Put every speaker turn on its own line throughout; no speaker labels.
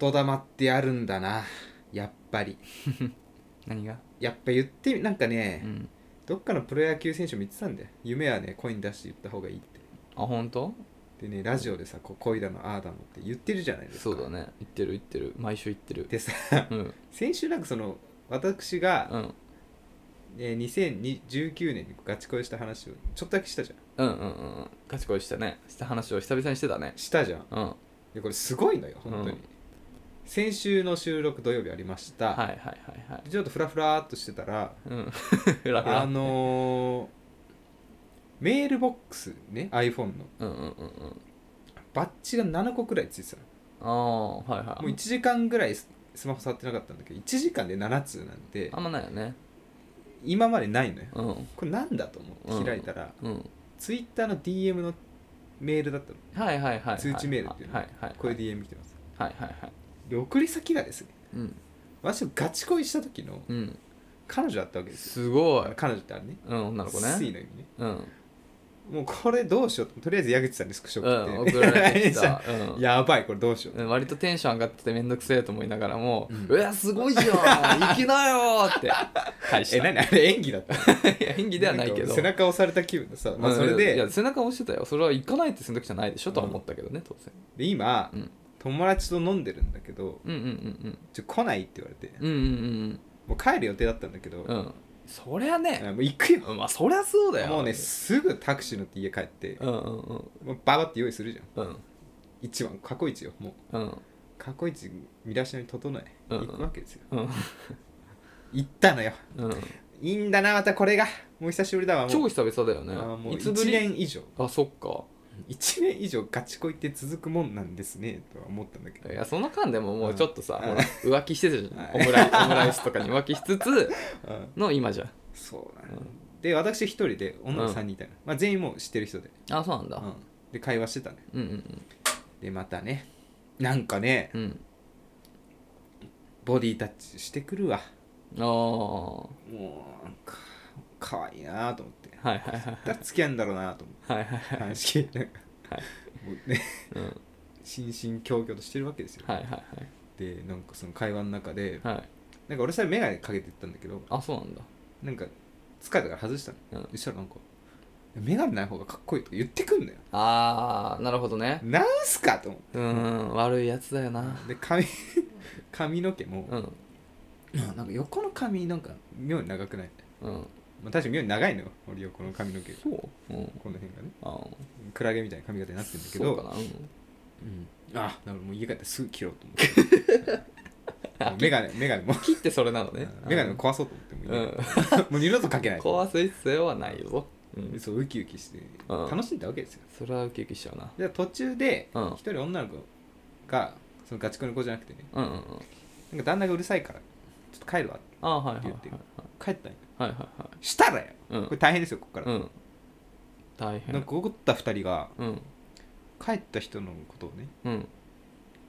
言霊ってあるんだなやっぱり
何が
やっぱ言ってみなんかね、
うん
どっかのプロ野球選手も言ってたんだよ夢はね声に出して言った方がいいって
あ本当
でねラジオでさこう恋だのああだのって言ってるじゃないですか
そうだね言ってる言ってる毎週言ってる
でさ
うん
先週なんかその私が、
うん
えー2019年にガチ恋した話をちょっとだけしたじゃん
うんうんうんうん賢いしたねした話を久々にしてたね
したじゃん
うんはい
でこれすごいのよ本当に、
うん
先週の収録土曜日ありました、
はいはいはい
でちょっとフラフラーっとしてたら
うん フラフラ
あのーメールボックスね iPhone の
うんうんうんうん
バッジが7個くらいついてたの
ああはいはい
もう1時間ぐらいススマホ触ってなかったんだけど1時間で7通なんて
あんまないよね
今までないのよ
うん
これなんだと思って開いたら、
うん
ツイッターの DM のメールだったの
はいはいはいはい
通知メールっていうの
はいはいはい
こういう DM 来てます
はいはいはい
で送り先がですね
うん
私がガチ恋した時の
うん
彼女だったわけですよ
すごい
彼女ってあれね
うん女の子
水
ね
の意味ね
うん
もうこれどうしようととりあえず矢口さんにスクショ送
うん
って、
送られてき たうん
やばいこれどうしよう、
うん割とテンション上がっててめんどくせえと思いながらも
うん
「うわすごいじゃん行きな よ!」って返し
え
た
何あれ演技だった
いや 演技ではないけ
ん
ど
か背中押された気分でさ、まあ、
うん
それ
いや
で
背中押してたよそれは行かないって選択肢はないでしょとは思ったけどね当然
で今、
うん
友達と飲んでるんだけど
うんうん
ちょ来ないって言われて、
うんうんうん
もう帰る予定だったんだけど、
うんうんうんそりゃね
あもう行くよ
まあそりゃそうだよ
もうねすぐタクシー乗って家帰って
う、んうんうん
もうババって用意するじゃん
うん
一番過去一よもう
うん
過去一身だしなみ整え、
うん
行くわけですよ
うん
行ったのよ
うん
いいんだなまたこれがもう久しぶりだわもう
超久々だよ
あーも
ね
う
いつぶ
1
り
年以上
あそっか
1年以上ガチ恋って続くもんなんですねとは思ったんだけど
いやその間でももうちょっとさ
うん
ほら浮気してたじゃん
うん
オムライオムライスとかに浮気しつつ
うん
の今じゃん
そうな
うん
で私一人で女の3人いたの、まあ、全員もう知ってる人で、
あそうなん
う
だ
ん、で会話してたね
うんうん
でまたねなんかね
うん
ボディタッチしてくるわ
うんああは
もうかかわいいなと思って
いはいはい
だから付き合うんだろうなと思っ
はいはいは
て
い
話聞いてなんか
はい
もうね
うんはい
心身狂々としてるわけですよ
はいはい
でなんかその会話の中で
はい
なんか俺さ眼鏡かけてったんだけど
あそうなんだ
なんか疲れたから外したの
うん
そしたらなんか「眼鏡ない方がかっこいい」とか言ってくんだよ
あーなるほどね
なんすかと思って
うーん悪いやつだよな
で髪 髪の毛も、
うん
なんか横の髪なんか妙に長くない、
うん
まあ、確かに妙に長いのよ俺横の髪の毛が
そううん
この辺がね
あ
クラゲみたいな髪型になってるんだけ
そうか
ど
な
うんあだからもう家帰ってすぐ切ろうと思って もう眼鏡眼鏡も
切ってそれなの
眼
ね
鏡も壊そうと思ってもう
う
家
ん
帰ってもう二度とかけない
壊す必要はないようん
そうウキウキして
うん
楽しんだわけですよ
それはウキウキしちゃうな
で途中で
うん
一人女の子がそのガチ恋の子じゃなくてね
うんうんうん
なんか旦那がうるさいからちょっと帰るわ
あーはいはいはい
言ってよ帰ったんよ
はいはいはい
したらよ
うん
これ大変ですよここから、
うん大
なん
変
か怒った2人が
うん
帰った人のことをね
うん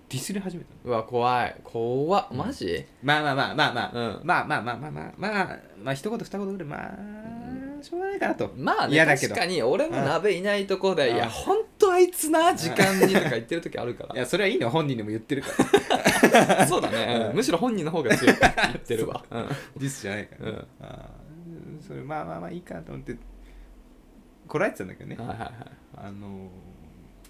ディスり始めたの
うわ怖い怖っマジ
まあまあまあまあまあ、
うん
まあまあまあまあまあまあまあ一言二言ぐらいまあしょうがないかなと、
まあね
嫌だけ
確
ど
かに俺も鍋いないとこで
うん
いやほんとあいつな時間にとか言ってる時あるから
いやそれはいいの本人でも言ってるから
そうだね、
うん
むしろ本人の方が強いって言って るわ。うん
ディスじゃないから、
うん
あーそれまあまあまあいいかと思ってこらえてたんだけどね
はいはいはい。
あのー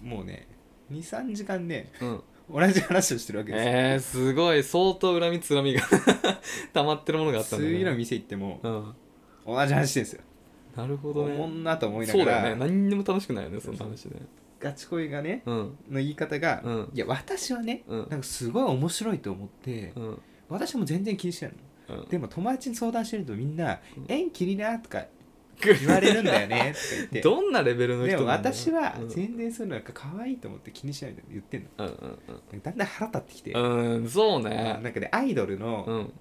もうね23時間ね
うん、
同じ話をしてるわけですよ、
えー、すごい相当恨みつらみが 溜まってるものがあったんだね。
次の店行っても
うん、
同じ話してるんですよ、
なるほ
お
ど
も
ね。
んなと思いな
そう
が
だ
ら、
よね何にも楽しくないよねその話ね。
ガチ恋がね
うん
の言い方が、
うん
いや私はね、
うん
なんかすごい面白いと思って、
うん
私も全然気にしないの
うん、
でも友達に相談してるとみんな
うん
「縁切りな」とか言われるんだよ ねとか言って
どんなレベルの人
で
なん
も
だろう
私は
うん
全然そういうのなんか可愛いと思って気にしないで言ってんの
うん
だんだん腹立ってきて、
うんうん、うん、そう
なん
ね。
かねアイドル
う
の
ん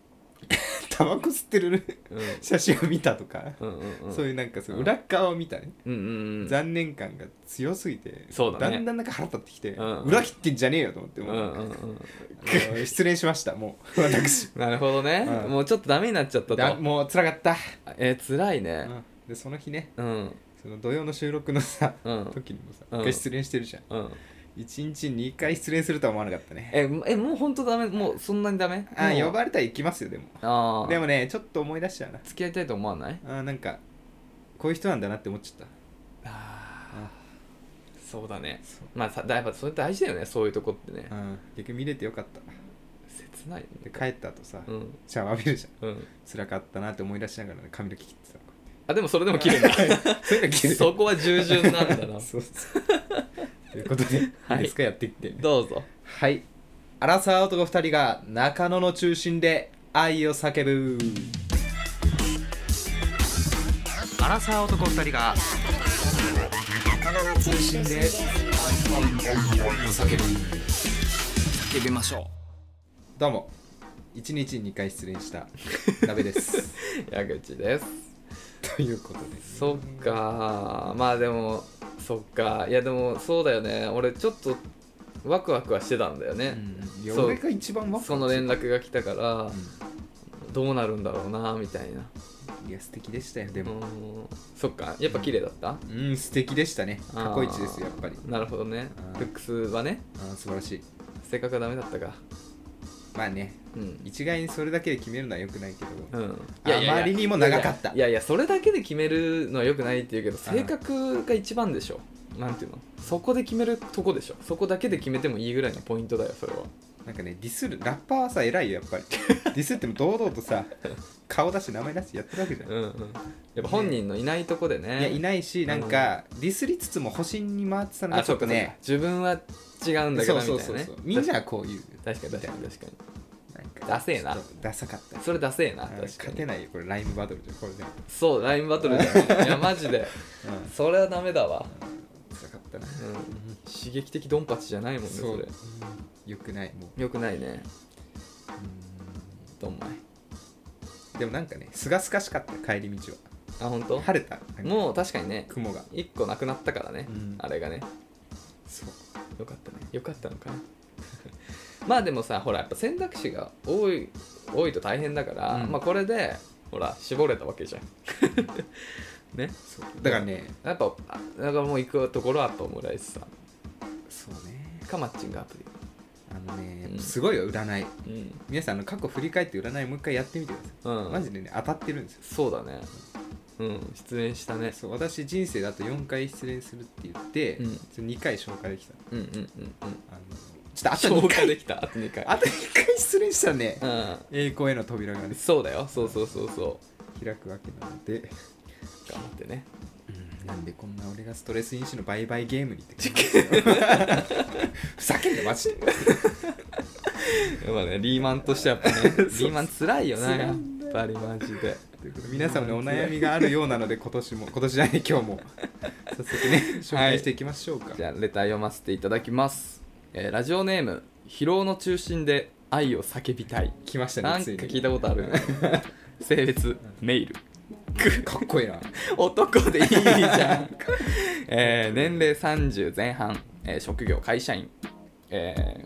タバコ吸ってる
うん
写真を見たとか、
うんうんうん
そういうなんかその裏側を見たね、
うんうんうん
残念感が強すぎて
そうだね
んだんなんか腹立ってきて、
うん
裏切ってんじゃねえよと思って
うん
も
う
う、
んう
あ
ん
の 失礼しましたも う私
なるほどね、
うん
もうちょっとダメになっちゃっ た
だ
と
もう辛かった、
えー、辛いうね
んでその日ね
うん
その土曜の収録のさ、
うん
時にもさ、
うん
一回失恋してるじゃん
うん
1日2回失恋するとは思わなかったね
ええもう本当ダメもうそんなにダメ
あ
もう
呼ばれたら行きますよでも
あ
で
で
も
も
ねちょっと思い出しちゃうな
付き合いたいと思わない
あーなんかこういう人なんだなって思っちゃっ
あーそうだね
そ
まあさだやっぱそれ大事だよねそういうとこってね
た、うん、結局見れてよかった
切ない
で帰った後さ、
うん
シャワー浴びるじゃん
うん
辛かったなって思い出しながら、ね、髪の毛切ってた
あでもそれでも切るんだ
そういうの 切る
そこは従順なんだ な
そうそうということで、い
はい
いですかやっていって
どうぞ
はいアラサー男2人が中野の中心で愛を叫ぶアラサー男2人が中野の中心で
叫びましょ
どうも1日2回失恋した鍋です
う矢口です
ということで
そっかーまあでもそっかいやでもそうだよね俺ちょっとワクワクはしてたんだよね、
うんいや
そう
俺が一番ワクワク
その連絡が来たから、
う
どうなるんだろうなみたいなん
いや素敵でしたよで
う
も
んそっかやっぱ綺麗だった、
うん素敵でしたね過去一ですよやっぱり
なるほどね
あー
ルックスはね
あー素晴らしい
性格はダメだったか
まあね
うん、
一概にそれだけで決めるのはよくないけど、
うん、
あまりにも長かった
いやいやいやいやそれだけで決めるのはよくないって言うけど性格が一番でしょなんていうのそこで決めるとこでしょそこだけで決めてもいいぐらいのポイントだよそれは
なんかねディスるラッパーはさ偉いよやっぱり ディスっても堂々とさ顔出して名前出してやってるわけじゃん、
うんうんやっぱ本人のいないとこでね
いやいないしなんか、ディスりつつも保身に回ってたの
あ
がち
そ
ょ
う
っ
か
と
ね
ね
自分は違うんだけど
そう
みたい
そうそう
なね
そうみんなはこう言う
確かに確かに確か
な
に
んか
ダセえな
ちょっとダサかった
それダセえな
あー
確か
勝
に
てないよこれライムバトルじゃんこれじゃん、う
そうラインバトルじゃ ないいやマジで
ん、
それはダメだわ、
辛かったな、
うん、刺激的ドンパチじゃないもんねそ
そう
れ
よくないもう
よくないね
う
ドンマイ
んでもなんかねすがすがしかった帰り道
あ本当
は晴れたなんか
もう確かにね
雲が
一個なくなったからね、
うん
あれがね
そう
よかったねよかったのかな まあでもさほらやっぱ選択肢が多い多いと大変だから、
うん
まあこれでほら絞れたわけじゃん ね
そうだからね
やっぱあだからもう行くところはやっぱオムライスさん
そうね
かマッチングアプ
あのね
うん
すごいよ占い
リうん
皆さんあの過去振り返って占いもう一回やってみてください、
うん
マジでね当たってるんですよ
そうだねうん失恋したね
そう私人生だと4回失恋するって言って、
うん
それ2回消化できた
うんうんうんうん
あのちょっとあと
消
2
化
回
できたあと2回
あと2回失恋したら ね、
う
栄光への扉がね
んそうだよそうそうそうそ
開くわけなので、
う頑張ってね
なんでこんな俺がストレス因子の売買ゲームにって 感じですよふざけんなマジで
まあね、リーマンとしてはやっ ぱね、リーマンつらいよな、
辛い
やっ
んだよ
ぱりマジで。
ということで皆さんのお悩みがあるようなので今年も今年じゃない今日 も早速ね 紹介していきましょうか、
じゃあ、レター読ませていただきます。えーラジオネーム、疲労の中心で愛を叫びたい。
来ましたね
なんか
ついに
聞いたことある。 性別、メイル。
かっこいいな
男でいいじゃん。えー年齢30前半、えー職業会社員、え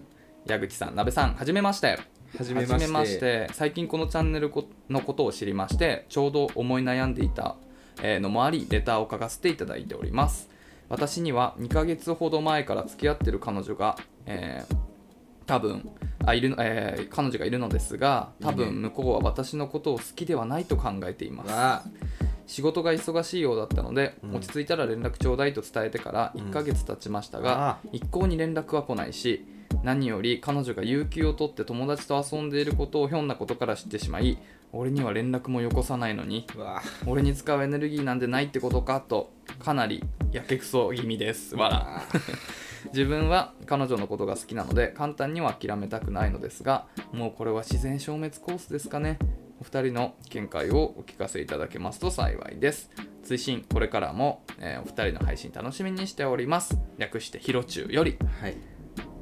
ー矢口さん、なべさん、はじめまして。
はじめまして
はて最近このチャンネルこのことを知りましてちょうど思い悩んでいたえーのもありレターを書かせていただいております私には2ヶ月ほど前から付き合ってる彼女が、えー多分あいるの、えー彼女がいるのですが多
いい
分
ね
向こうは私のことを好きではないと考えています
わあ
仕事が忙しいようだったので、
うん
落ち着いたら連絡ちょうだいと伝えてから1ヶ月経ちましたが、一向に連絡は来ないし何より彼女が有給を取って友達と遊んでいることをひょんなことから知ってしまい俺には連絡もよこさないのに
わあ
俺に使うエネルギーなんてないってことかとかなりやけくそ気味ですわら
あ
自分は彼女のことが好きなので簡単には諦めたくないのですがもうこれは自然消滅コースですかねお二人の見解をお聞かせいただけますと幸いです追伸これからも、えーお二人の配信楽しみにしております略してヒロチュウより
はい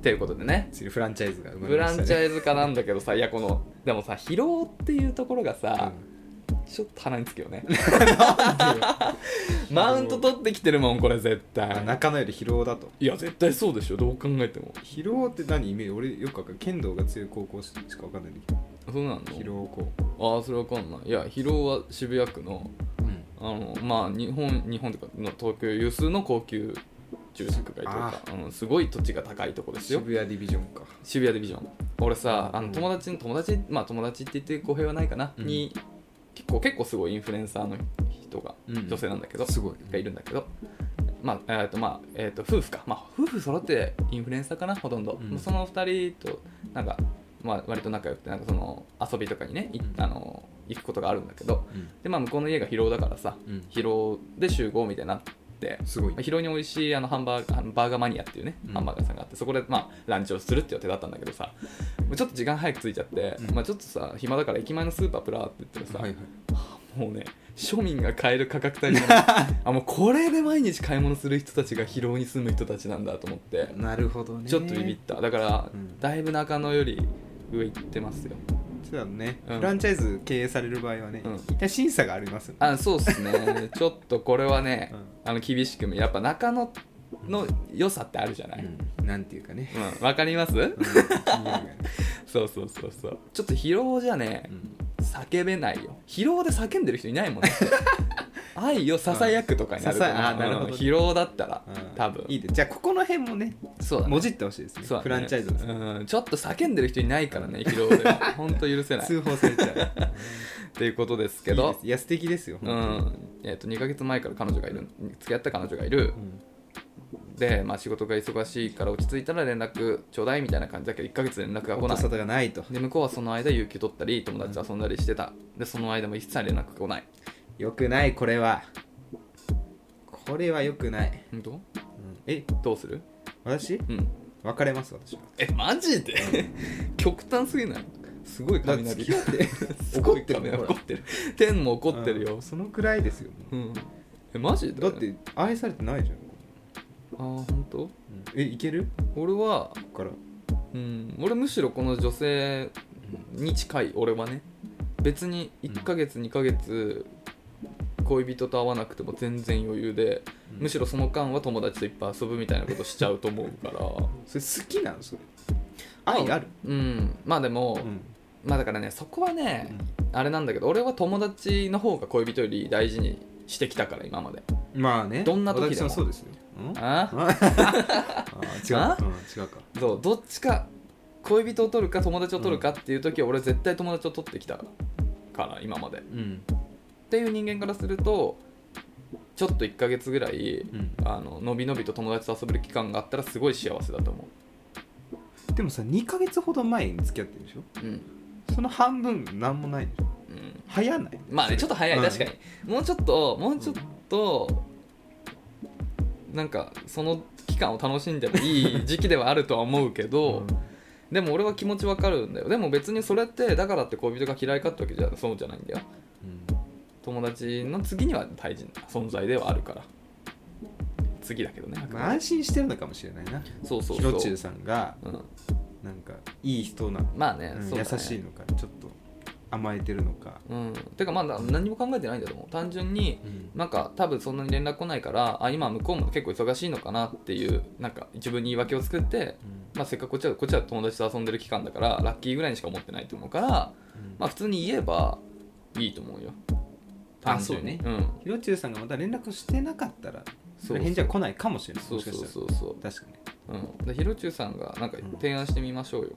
ということでね
次フランチャイズが生ま
ブ
れま
ラ
し
ン
た
チャ
ね
イズ化なんだけどさいやこ のでもさ疲労っていうところがさ、ちょっと鼻につくよ ね マウント取ってきてるもんこれ絶
うんあ
対
仲間より疲労だと
いや絶対そうでしょどう考えても
疲労って何イメージ俺よくわかる剣道が強い高校しかわかんないんだけど
そうなの
疲労高校
ああそれわかんないいや広尾は渋谷区のあのまあ日本日本というかの東京有数の高級住宅街というか、うん、すごい土地が高いとこですよ
渋谷ディビジョンか
渋谷ディビジョン俺さあ
う
の
ん
友達の友達まあ友達って言って語弊はないかな、
うん
に結構結構すごいインフルエンサーの人が、
うん
女性なんだけど
すごい
がいるんだけどまあえっ、とまあえっ、と夫婦かまあ夫婦揃ってインフルエンサーかなほとんど、
うん
その2人となんかまあ割と仲良くてなんかその遊びとかにね、い
うん
あの行くことがあるんだけど
うん
でまあ向こうの家が広尾だからさ
うん
広尾で集合みたいになって
すごい
広尾に美味しいあのハンバーガーあのバーガーマニアっていうね、
うん
ハンバーガー屋さんがあってそこで、まあ、ランチをするって予定だったんだけどさもうちょっと時間早く着いちゃって、
うん
まあ、ちょっとさ暇だから駅前のスーパープラーって言ってるさ、
はいはい
もうね庶民が買える価格帯じ ゃないあもうこれで毎日買い物する人たちが広尾に住む人たちなんだと思って
なるほどね
ちょっとビビっただから、
うん
だいぶ中野より上行ってますよ
そうだね、
うん
フランチャイズ経営される場合はね、
うん
一旦審査がありますよね
あそうっすね ちょっとこれはね、あの厳しくもやっぱ中野の良さってあるじゃない、
うん、なんていうかね、
うん、わかります、
うん匂いがね
そうそうそうそうちょっと疲労じゃね
うん
叫べないよ疲労で叫んでる人いないもんね 愛をささやくとかになると思う
ささあなるほど
うん疲労だったら
うん
多分
いいでじゃあここの辺もね
そうだね
もじってほしいですね
そうだね
フランチャイズです、
うんちょっと叫んでる人いないからね疲労ではほんと許せ ないっ
通報されちゃう
ていうことですけど
いいですいや素敵ですよ、
うんえー、と2ヶ月前から彼女がいる付き合った彼女がいる
うん
で、まあ、仕事が忙しいから落ち着いたら連絡ちょうだいみたいな感じだけど1ヶ月連絡が来
音
ない
沙汰がないと
で向こうはその間有給取ったり友達と遊んだりしてたでその間も一切連絡来ない
よくないこれはこれはよくない、
本当
うんえ
どうする
私
うん
別れます私は
えマジで極端すぎないすごい
だって付
雷
き合って
すごい雷
怒
怒ってる天も怒ってるよ
うん、そのくらいですよ、
うん、えマジで
だって愛されてないじゃん、
あ本当
えいける
俺は、
ここから
うん、俺むしろこの女性に近い俺はね別に1ヶ月2ヶ月恋人と会わなくても全然余裕でむしろその間は友達といっぱい遊ぶみたいなことしちゃうと思うから
それ好きなのそれ愛ある、
うんまあでも、
うん
まあだからねそこはね、あれなんだけど俺は友達の方が恋人より大事にしてきたから今まで
まあね
どんな時でも
私そうですよ、うん
あ
あ違う
あ
うん違うか
そうどっちか恋人を取るか友達を取るかっていう時は俺絶対友達を取ってきたから今までっ
うん
ていう人間からするとちょっと1ヶ月ぐらい
うん
あののびのびと友達と遊べる期間があったらすごい幸せだと思
でもさ2ヶ月ほど前に付き合ってるでしょ
ううん、
その半分なんもないでしょ
うん、
早ない
まあねちょっと早い
うん
確かにもうちょっともうちょっとなんかその期間を楽しんでもいい時期ではあるとは思うけど、でも俺は気持ちわかるんだよでも別にそれってだからって恋人が嫌いかってわけじゃそうじゃないんだよ
うん
友達の次には大事な存在ではあるから次だけどね、
まあ安心してるのかもしれないな
そうそう
ひ
そ
ろちゅ
う
う、さんが
うん、
なんかいい人なの、
まあね、
うん
そうだね
優しいのかちょっと甘えてるのか、
うんてかまだ何も考えてないんだと思う単純になんか多分そんなに連絡来ないからあ今向こうも結構忙しいのかなっていうなんか自分に言い訳を作って、まあ、せっかくこっちはこっちは友達と遊んでる期間だからラッキーぐらいにしか思ってないと思うから、まあ、普通に言えばいいと思うよ
あ
単純に
そう
うん
ひろちゅうさんがまた連絡をしてなかったら
そう
返事は来ないかもしれない
そうそう
もしかした
そうそう
ら確かに
うん、でひろちゅうさんがなんか
うん
提案してみましょうよ、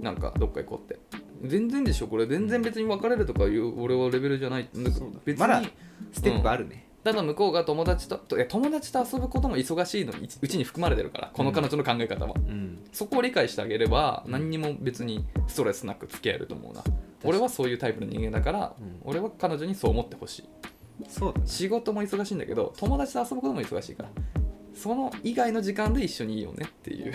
なんかどっか行こうって全然でしょこれ全然別に別れるとかいう俺はレベルじゃない別
そうだ
に、
まだステップあるね、
ただ向こうが友達とといや友達と遊ぶことも忙しいのにうちに含まれてるからこの彼女の考え方は、
うん
そこを理解してあげれば
うん
何にも別にストレスなく付き合えると思うな
かに
俺はそういうタイプの人間だから、
うん
俺は彼女にそう思ってほしい
そうだね
仕事も忙しいんだけど友達と遊ぶことも忙しいからその以外の時間で一緒にいいよねっていう、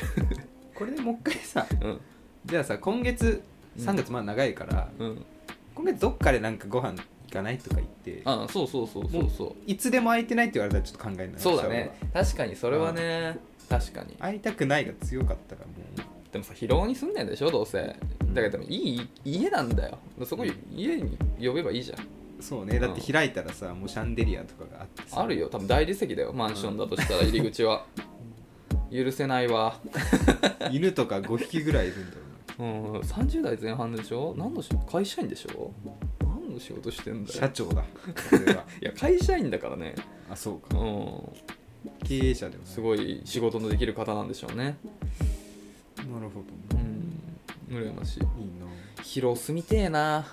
これでもう一回さ
うん
じゃあさ今月3月まあ長いから、
うん、
今月どっかでなんかご飯行かないとか言って
あそうそうそうそうそう
いつでも空いてないって言われたらちょっと考えない
そうだね確かにそれはね確かに
会いたくないが強かったらも
でもさ疲労に住んでんでしょどうせだけどでもいい家なんだよそこ家に呼べばいいじゃん
うそうねだって開いたらさもうシャンデリアとかがあってさ
あるよ多分大理石だよマンションだと したら入り口は許せないわ
犬とか5匹ぐらいいるんだろ
うん30代前半でしょ何のし会社員でしょ何の仕事してん
うな
だ
社
よ
長だこれはい
や会社員だからね
あそうか
うん
経営者でも
す
い
ごい仕事のできる方なんでしょうね
なるほ
う
どね
ん羨まし
いいない
広住みてえな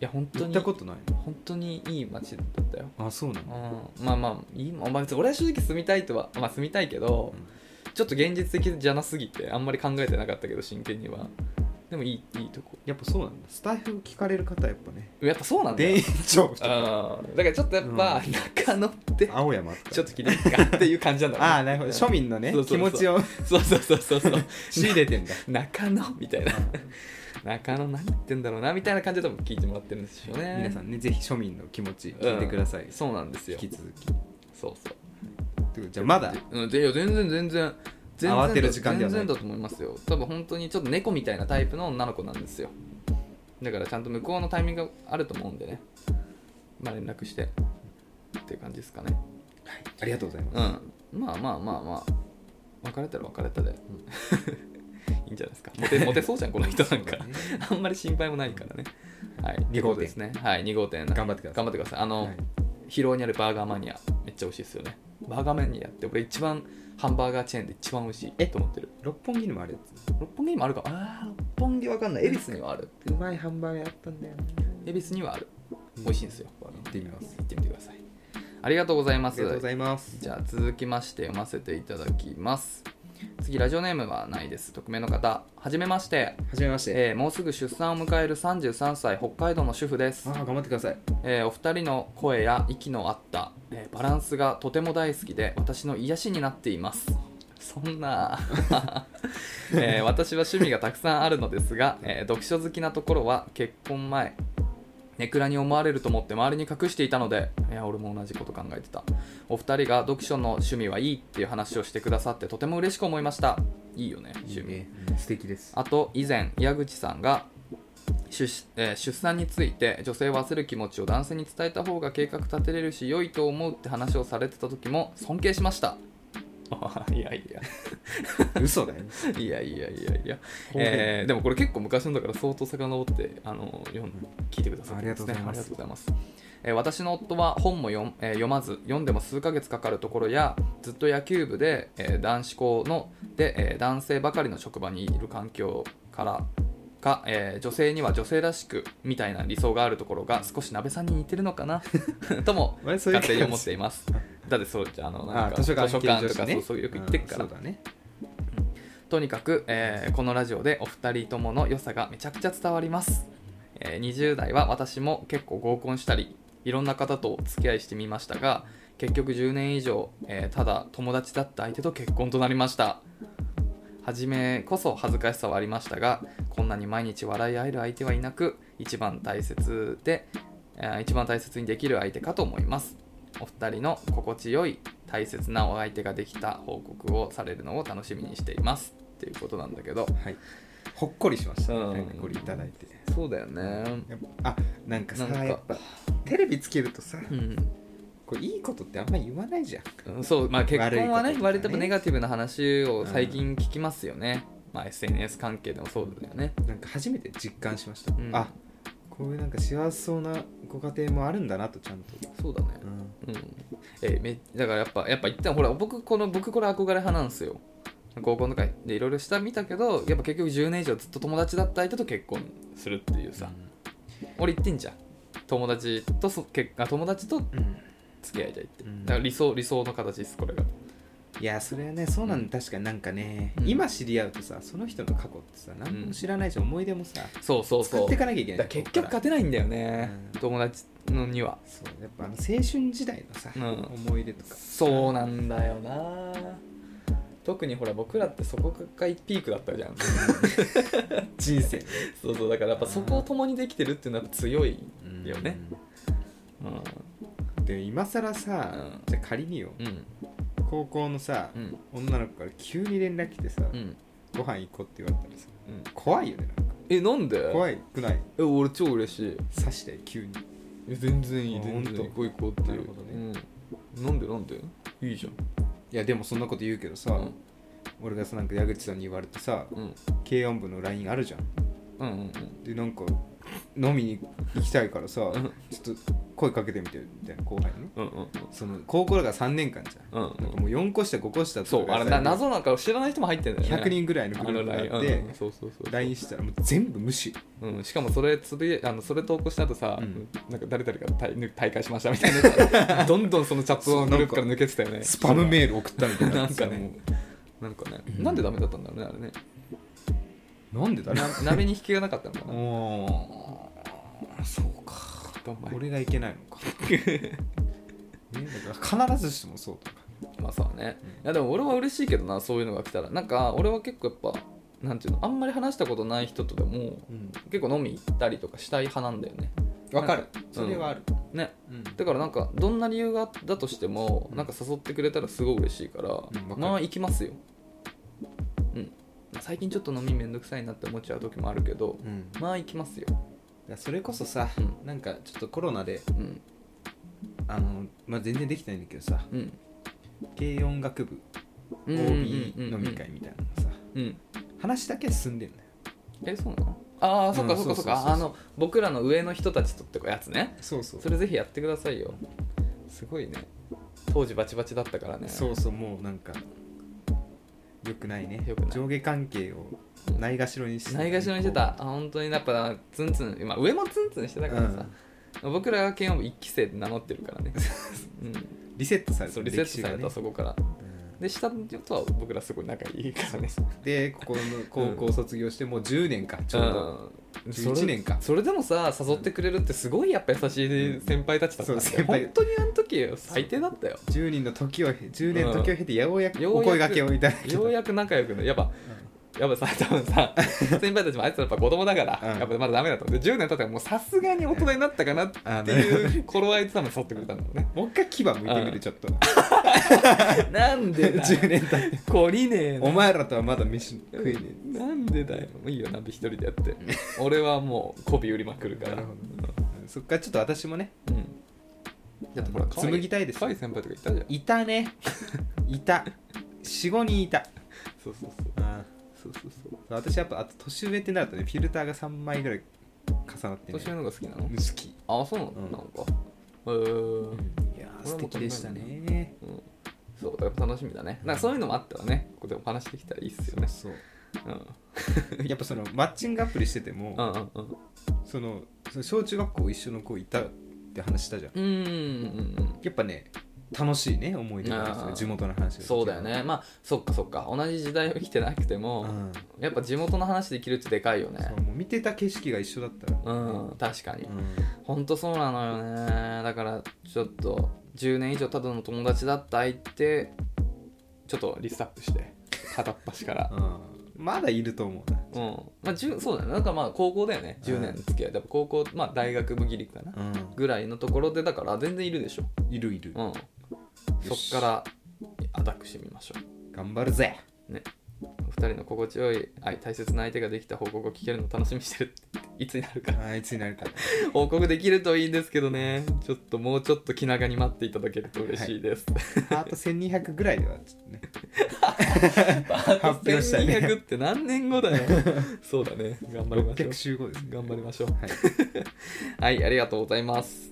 いや本当
行っ
に
たことないの
本当にいい街だったよ
あそうなの
うんまあまあいい、まあ、別に俺は正直住みたいとはまあ住みたいけど、ちょっと現実的じゃなすぎてあんまり考えてなかったけど真剣にはでもいいいいとこ
やっぱそうなんだスタッフ聞かれる方やっぱ ね
やっぱそうなんだよ
店員長とか
うんだからちょっとやっぱ、中野って
青山とか
ちょっと切りかっていう感じなんだろう
ああなるほど庶民のね
そうそう
気
そう
持ちを
そうそうそうそうそう
仕入れてんだ
中野みたいな 中野何言ってんだろうなみたいな感じで多分聞いてもらってるんですよね
皆さんねぜひ庶民の気持ち聞いてください、
うんそうなんです
引
よ
き続き
そうそう
ということでじゃあまだ
うん、でいや全然全然全然
慌てる時間ではない
全然だと思いますよ多分本当にちょっと猫みたいなタイプの女の子なんですよだからちゃんと向こうのタイミングがあると思うんでねまあ連絡してっていう感じですかね
ありがとうございます、
うんまあまあまあまあ別れたら別れたで、 いいんじゃないですかモテモテそうじゃんこの人なんか あんまり心配もないからねはい
二号店
ですねはい2号店
頑張ってください
頑張ってくださいあの、
はい
広尾にあるバーガーマニアめっちゃ美味しいですよねバーガーマニアって俺一番ハンバーガーチェーンで一番美味しいえと思ってる
六本木にもあるや
六本木にもあるかあー六本木わかんない恵比寿にはある
つうまいハンバーガーやったんだよね
恵比寿にはある美味しいんですよ行
行ってみます
ってみてくださいありがとうございま
ありがとうございます
じゃあ続きまして読ませていただきます次ラジオネームはないです匿名の方はじめまして、
はじめまして、
えーもうすぐ出産を迎える33歳北海道の主婦です
ああ頑張ってください
えーお二人の声や息の合った、えーバランスがとても大好きで私の癒しになっていますそんな、 えー私は趣味がたくさんあるのですが、えー読書好きなところは結婚前ネクラに思われると思って周りに隠していたのでいや俺も同じこと考えてたお二人が読書の趣味はいいっていう話をしてくださってとても嬉しく思いましたいいよね趣味
うん素敵です
あと以前矢口さんが出,、えー出産について女性は焦る気持ちを男性に伝えた方が計画立てれるし良いと思うって話をされてた時も尊敬しま したいやいや
嘘 だよね
いやいやいやいや、えーでもこれ結構昔のだから相当遡ってあの読ん聞いてくださってんです
ありがとうご
ね
ざいます
ありがとうございます、えー私の夫は本も読ん、えー読まず読んでも数ヶ月かかるところやずっと野球部で、えー男子校ので、えー男性ばかりの職場にいる環境からか、えー女性には女性らしくみたいな理想があるところが少し鍋さんに似てるのか なとも
あれそういう
勝手
感
に
じ
思っていますだってそうじゃんあの
あ
なんか
図書館
とか、そうそうよく行ってっから
うんそうだね
とにかく、えーこのラジオでお二人ともの良さがめちゃくちゃ伝わります、えー20代は私も結構合コンしたりいろんな方とお付き合いしてみましたが結局10年以上、えーただ友達だった相手と結婚となりました初めこそ恥ずかしさはありましたがこんなに毎日笑い合える相手はいなく一番大切で、えー一番大切にできる相手かと思いますお二人の心地よい大切なお相手ができた報告をされるのを楽しみにしていますっていうことなんだけど
はいほっこりしました、
うん
なんかこれいただいて
そうだよね
やっぱあなんかさ
なんか
やっぱテレビつけるとさ
うん、
これいいことってあんま言わないじゃん
うんそうまあ結婚は
悪いこととか
ね
ね
割とネガティブな話を最近聞きますよね、まあ SNS 関係でもそうだよね
なんか初めて実感しました、
うん
あこういうなんか幸せそうなご家庭もあるんだなとちゃんと、
そうだねうんえーめだからやっぱやっぱ言ったほら僕この僕これ憧れ派なんですよ合コンとかでいろいろした見たけどやっぱ結局10年以上ずっと友達だった相手と結婚するっていうさ、俺言ってんじゃん友達とそ結あ友達と
うん
付き合いたいって、
うん
だから理想理想の形ですこれが
いやそれはねそうなんだ確かになんかね、
うん
今知り合うとさその人の過去ってさ何も知らないし、思い出もさ
そうそう
使
そ
っ
う
ていかなきゃいけ
だ
な
から
い
結局
ここから
勝てないんだよね、
うん
友達のには
そうやっぱあの青春時代のさ、
うん
思い出とか
そうなんだよな特にほら僕らってそこがピークだったじゃん
人生
そうそうだからやっぱそこを共にできてるっていうのはやっぱ強いよねうん
で今更さ、
うん
じゃあ仮によ
うん
高校のさ、
うん
女の子から急に連絡来てさ、
うん
ご飯行こうって言われたらさ怖いよねなんか
えなんで
怖いくない
え俺超嬉しい
刺して急に
え全然いい
あ
全然
ほんと
行こう行こうっていう
なるほどね
うん、なんでなんでいいじ
いやでもそんなこと言うけど
ゃ
さ、
んうん
俺がさなんか矢口さんに言われてさ
うん
軽音部の LINE あるじゃん
うんうん
でなんか飲みに行きたいからさ
うん
ちょっと声かけてみてるみたいな後輩にね
うんうん
その高校だから3年間じゃん、
うんうん
なんかもう4個下5個下
そう
とか
あれ
さ
な謎なんか知らない人も入ってんだよね
100人ぐらいのグループがあっ
あの LINE うん
て
そうそうそう
LINE したらもう全部無視
うん、しかもそれつぶやあのそれ投稿した後さ、
うん
なんか誰々が大大会しましたみた いなどんどんそのチャットグループから抜けてたよね
スパムメール送ったみた いな
なんかね
も
なんかね、
うん
なんでダメだったんだろうねあれね
うなんでだろ
な鍋に引きがなかったのか
う
な
も
そうかどんま
う
い
俺がいけないの かねだから必ずしもそうとか
まあそうねいやでも俺は嬉しいけどなそういうのが来たらなんか俺は結構やっぱなんていうのあんまり話したことない人とでも結構飲み行ったりとかしたい派なんだよね
わかる
なん
それはある
ね
うん
だからなんかどんな理由がだとしても、なんか誘ってくれたらすごい嬉しいから、
んわかる
まあ行きますようん最近ちょっと飲みめんどくさいなって思っちゃう時もあるけど、
うんだか
まあ行きますよ
らそれこそさ
うん
なんかちょっとコロナで
うん
あのまあ全然できてないんだけどさ
うん
軽音楽部
うん
OB
うんうんうん
飲み会みたいなのさ
うん
話だけ進んでんだよ
えそうなのああそっか
うん
そっかそっ
そうそうそうそ
か
う
あの僕らの上の人たちとってやつね
そうそ
それぜひやってくださいよすごいね当時バチバチだったからね
そうそうもうなんかよくないね
良くない
上下関係をないがしろにして
ないがしろにしてたあ本当にやっぱツンツン今上もツンツンしてたからさ、僕らが慶応部1期生で名乗ってる からね、うん、
リセットされ
そ
た
うリセットされ
歴史
た
が
そこから
ね
で下の人とは僕らすごい仲いいからね
うんでここの高校卒業してもう10年かちょうど、
うん
11年か
それそれでもさ誘ってくれるってすごいやっぱ優しい先輩たちだったん
そう
だよ
先輩
本当にあの時最低だった よ
10人の時を10年の時を経てようやく
ようや
お
く
声掛けをいただき
ようやく仲良くなやっぱやっぱさ多 分さ先輩たちもあいつらやっぱ子供だから、
うん
やっぱまだダメだと思って10年経ったらもうさすがに大人になったかなっ
あ
て
の
いう頃合いで多分沿ってくれたんだろうね
もう一回牙向いてみるちょっと
なんでだ
10年経って
懲りねえな
お前らとはまだ飯食えね
なんでだよいいよ鍋一人でやって俺はもう媚び売りまくる
え
から
なるほどそっからちょっと私もね
うんだってほら可愛
紡ぎたいです
可愛い先輩とかいたじゃん
いたねいた45人いた
そうそうそうそうそうそう
私やっぱあと年上ってなるとねフィルターが3枚ぐらい重なってね
年上のが好きなの
無好き
あそうなの、
うん
なんかへえー
いやー素敵でしたね
うんそうやっぱ楽しみだねなんかそういうのもあったらねここでお話できたらいいっすよね
そう
うん
そう やっぱそのマッチングアプリしてても、
うんうんうん
そのその小中学校一緒の子いたって話したじゃん
うんうんうん
やっぱね楽しいね思い出の話
あー
で地元の話が
そうだよねまあそっかそっか同じ時代を生きてなくて
う
も、
ん
やっぱ地元の話できるってでかいよね
そうもう見てた景色が一緒だったら
うん確かに、
うん
ほんとそうなのよねだからちょっと10年以上ただの友達だった相手ちょっとリストアップして片っ端から
うんまだいると思うな
うんまあ10そうだねなんかまあ高校だよね10年付き合いだから高校まあ大学部切りかなぐらいのところでだから全然いるでしょ
いるいる
うん
よし
そっからアタックしてみましょう
頑張るぜ
お二人の心地よい愛大切な相手ができた報告を聞けるの楽しみにしてるっていつにな るか
あいつになる から
報告できるといいんですけどねちょっともうちょっと気長に待っていただけると嬉しいです、
ハート1200ぐらいではちょっと ね
発
発表したい ね
1200って何年 後だよそうだね頑張りましょ
600
う
週後ですね
頑張りましょう
はい
はいありがとうございます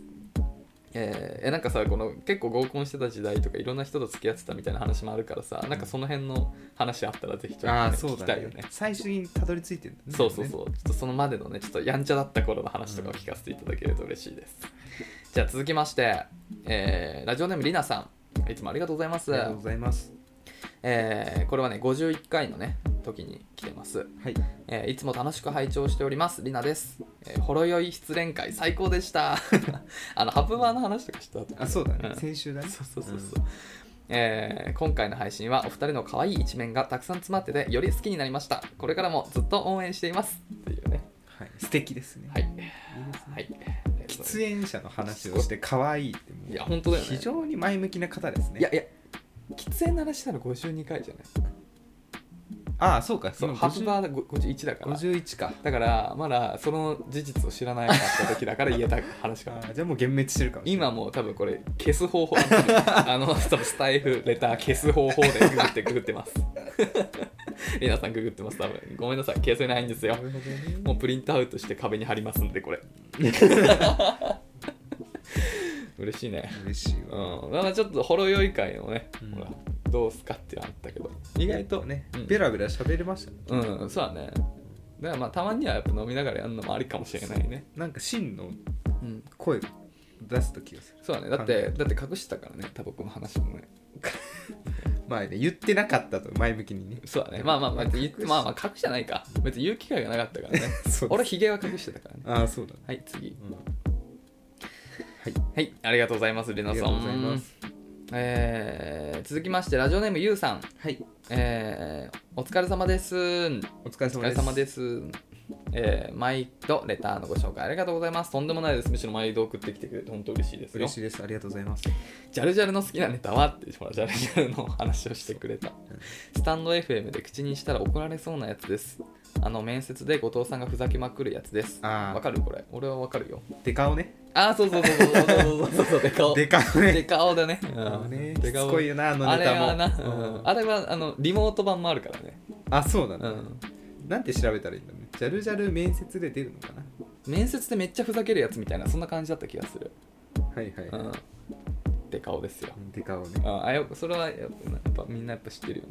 えーえなんかさこの結構合コンしてた時代とかいろんな人と付き合ってたみたいな話もあるからさなんかその辺の話あったらぜひちょ
ああ
っ
ー
と
そう
聞き
だ
た
ね
いよね
最終にたどり着いてるんだね
そうそうそう、ちょっとそのまでのね、ちょっとやんちゃだった頃の話とかを聞かせていただけると嬉しいです。じゃあ続きまして、えーラジオネームりなさん、いつもありがとうございます
あり。がとうございます
えーこれはね、51回のね、時に来てます。
はい
えーいつも楽しく拝聴しております、りなです。えーほろ酔い失恋会、最高でした。 あの、ハプバーの話とかした後
あそうだね、
うん
先週だね
そうそうそうそう、えー今回の配信はお二人の可愛い一面がたくさん詰まっててより好きになりましたこれからもずっと応援していますっていうね
はい、素敵ですね、
はい
い
ですね。はい。
喫煙者の話をして可愛いってもう
いや本当だよね
非常に前向きな方ですね
いやいや、喫煙の話したの52回じゃない。
ああそうか
そう、
今
ハーフ
50
バーが51だから。
51か
だから、まだその事実を知らないかった時だから言えた話
あ
かな。
ーじゃあもう幻滅してるかもしれない
今もう多分これ消す方法 あのあの多分スタイフレター消す方法でググってググってます 皆さんググってます多分ごめんなさい消せないんですよ
なるほどね
もうプリントアウトして壁に貼りますんでこれ 嬉しいね
嬉しいわ、
うんなんかちょっとほろ酔い会のね、
うん
ほらどうすかってあったけど
意外とね、
うん
ベラベラ喋れましたね
うんそうだねだからまあたまにはやっぱ飲みながらやるのもありかもしれないね
なんか真の
うん
声出すと気がする
そうだねだってだって隠してたからねタバコの話もね
まあね言ってなかったと前向きにね
そうだねまあまあまあ言って
隠し
まあまあ隠してないか別に言う機会がなかったから ね
そう
俺ヒゲは隠してたからね
ああそうだね、
はい次
うん、
はいありがとうございますレナ
あり
さ
が
ん
とうございます
えー続きましてラジオネームゆうさん
はい
えーお疲れ様です
お疲れ
お
様
疲れ
です
様です。えー毎度レターのご紹介ありがとうございます。とんでもないです。むしろ毎度送ってきてくれて本当嬉しいですよ。
嬉しいですありがとうございます
ジャルジャルの好きなネタはって、ほらジャルジャルの話をしてくれた。スタンド FM で口にしたら怒られそうなやつです。あの面接で後藤さんがふざけまくるやつです。
あー
わかるこれ。俺はわかるよ。
デカをね
あー、そうそうそうそうそうそうそうそう、で顔。
デカを
で
ね
顔だね。
デカをねし
で
つこいよなあの
あ
ネ
れ
タも
はな、
う
うん
ん
あれはあのリモート版もあるからね。
あそうなん
う
だ、
ん。
なんて調べたらいいんだろうねジャルジャル面接で出るのかな
面接でめっちゃふざけるやつみたいな、そんな感じだった気がする。
はいはい、
うん、って顔ですよ。
デカをね
うんあよそれはやっぱやっぱみんなやっぱ知ってるよ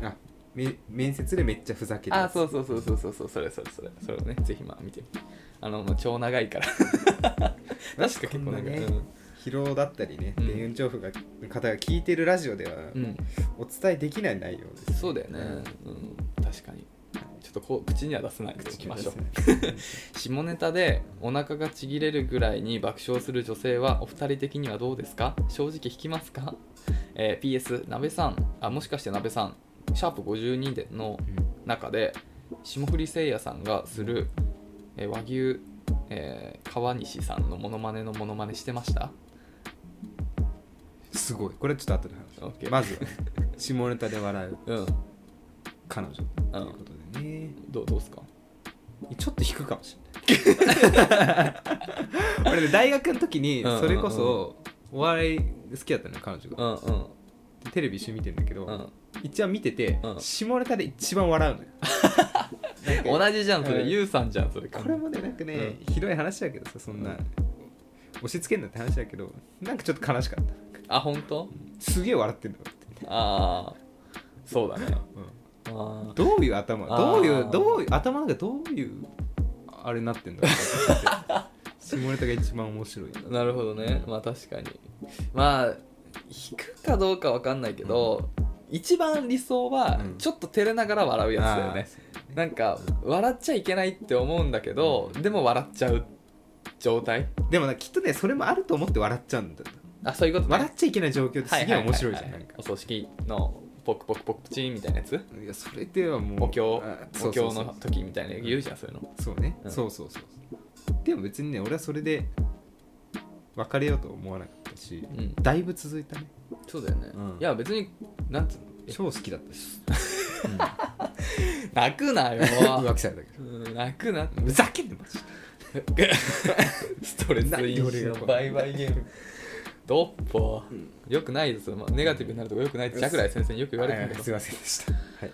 な。
あめ面接でめっちゃふざける
あ
やつ
そうそうそうそうそうそうそれそれそれそれをねぜひまあ見てみてあのもう超長 いから確か結構長い、
こんなね
うん
疲労だったりね、
うん
電運調布が方が聞いてるラジオでは
うん、
お伝えできない内容です、
そうだよね、うん、確かにちょっとこう口には出せない口聞きましょう下ネタでお腹がちぎれるぐらいに爆笑する女性はお二人的にはどうですか正直引きますか、えー ?PS 鍋さんあもしかして鍋さんシャープ52での中で霜降りせいやさんがする、えー和牛、えー川西さんのモノマネのモノマネしてました
すごいこれちょっと後で話しま
オッケ
す
ー
まず はね、下ネタで笑う
うん
彼女ということでね
どうどうですか
ちょっと引くかもしれない 俺ね大学の時に
うんうんうん
それこそお笑い好きだったのよ彼女が
うんうん
テレビ一緒に見てるんだけど、
うん
一番見てて、
うん
下ネタで一番笑うのよ なんか
同じじゃんそれ、
うん
ゆうさんじゃんそれ
これもねなんかね、ひどい話だけどさそんな、
うん
押し付けんなって話だけどなんかちょっと悲しかった
あ本当
すげえ笑ってんだよって、
ああそうだね
う
あ
ん
ー
どういう頭
あー
どういうどういう頭なんかどういうあれになってんだろうって思って 下ネタが一番面白い
なるほどねまあ確かにまあ引くかどうかわかんないけど、一番理想は
うん
ちょっと照れながら笑うやつだよね、
あー
なんか笑っちゃいけないって思うんだけどでも笑っちゃう状態
でもなきっとねそれもあると思って笑っちゃうんだよ
あそういうことね
笑っちゃいけない状況ってすげえ面白いじゃん
は
な
は
ん
は
か
お葬式のポクポクポクプチンみたいなやつ
いやそれではもう
お経
あそ
お
うそ
経
うそう
の時みたいな言うじゃんそういうの
そうね、
うん
そうそうそうでも別にね俺はそれで別れようとは思わなかったし、
うん
だいぶ続いたね
そうだよね、
うん
いや別になんつうのえ
超好きだったし、
泣くな よ
浮気されたけ
うん泣くな
どふざけんなマジで
ストレス飲
なんで俺が
酒バイバイゲームドッポー、よくないですよ、まあ、ネガティブになるとかよくないってジャクライ先生によく言われてるけ
は
ど
いすいませんでした、はい、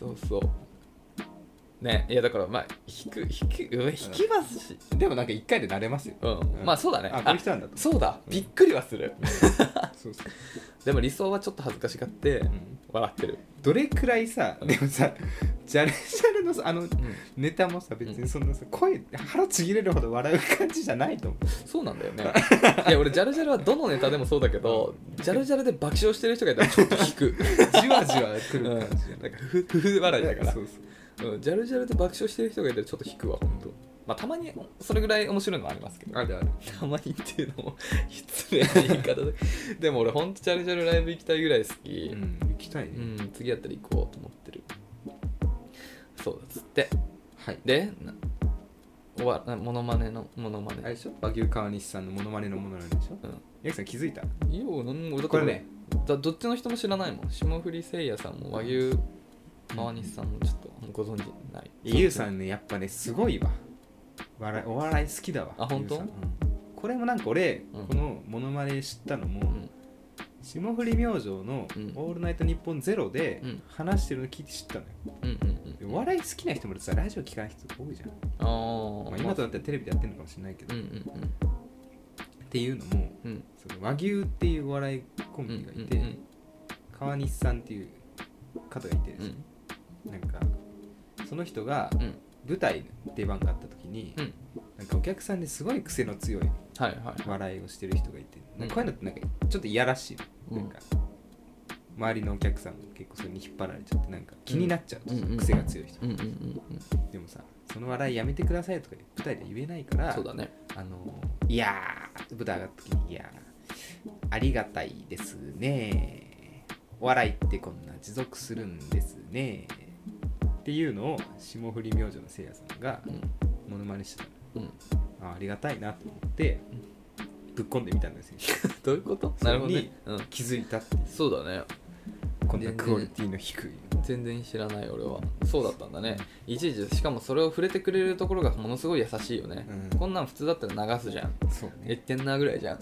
そうそうねいやだからまあ引く引くうん引きますし
でもなんか一回で慣れますよ、
うん、
うん
まあそうだね
あこういう人なんだと
そうだびっくりはする、
そうそう、
でも理想はちょっと恥ずかしがって
ん
笑ってる、
どれくらいさでもさジャルジャルのさあのネタもさ別にそんなさ声腹ちぎれるほど笑う感じじゃないと思う
そうなんだよねいや俺ジャルジャルはどのネタでもそうだけどジャルジャルで爆笑してる人がいたらちょっと引く
じわじわく
うん、な
る
ん
感じじゃない、
かふふふ笑いだから
そうそう
うん、ジャルジャルで爆笑してる人がいたらちょっと引くわ本当。まあたまにそれぐらい面白いのはありますけど
あるある
たまにっていうのも失礼な言い方ででも俺ほんとジャルジャルライブ行きたいぐらい好き
う、ん行きたいね、
うん次やったら行こうと思ってるそうだっつって
はい
でなおわなモノマネのモノマ
あれ
ネ
でしょ和牛川西さんのモノマネのものなんでしょ
うん
ヤキさん気づいた
いやなん俺だって
これね
だどっちの人も知らないもん霜降りせいやさんも和牛川西さんもちょっとご存知ない
ゆうさんねやっぱねすごいわ笑いお笑い好きだわ
あほんと
ゆうさんこれもなんか俺、
うん
このモノマネ知ったのも、
うん
霜降り明星の
うん
「オールナイトニッポンゼロで
うん
話してるの聞いて知ったのよ
うんうんうん
でお笑い好きな人もさラジオ聞かない人多いじゃん、
あー、
まあ、今となってはテレビでやってるのかもしれないけ
う
ど、
んうんうん
っていうのも
うん
その和牛っていうお笑いコン
うんう
ビ
ん
がいて、川西さんっていう方がいてです
う
ね
ん
なんかその人が
うん
舞台の出番があった時に、
うん
なんかお客さんですごい癖の強い
はいはいはい
笑いをしてる人がいて、
うん
こういうのってなんかちょっといやらしい、
うん
なんか周りのお客さんも結構それに引っ張られちゃってなんか気になっちゃう、
うんうん
癖が強い人、
うんうんうんうん
でもさその笑いやめてくださいとか舞台で言えないから
そうだね
あのいやー舞台上がった時にいやーありがたいですねお笑いってこんな持続するんですねっていうのを霜降り明星のせいやさんが
うん
モノマネしてたの
うん
あーありがたいなと思ってぶっ込んでみたん ですよ
どういうこと
なる ほどね
うん
気づいたっていう
そうだね
こんなクオリティの低い
全然知らない俺はそうだったんだねいちいちしかもそれを触れてくれるところがものすごい優しいよね、
うん
こんなん普通だったら流すじゃん
そう
言ってんなぐらいじゃん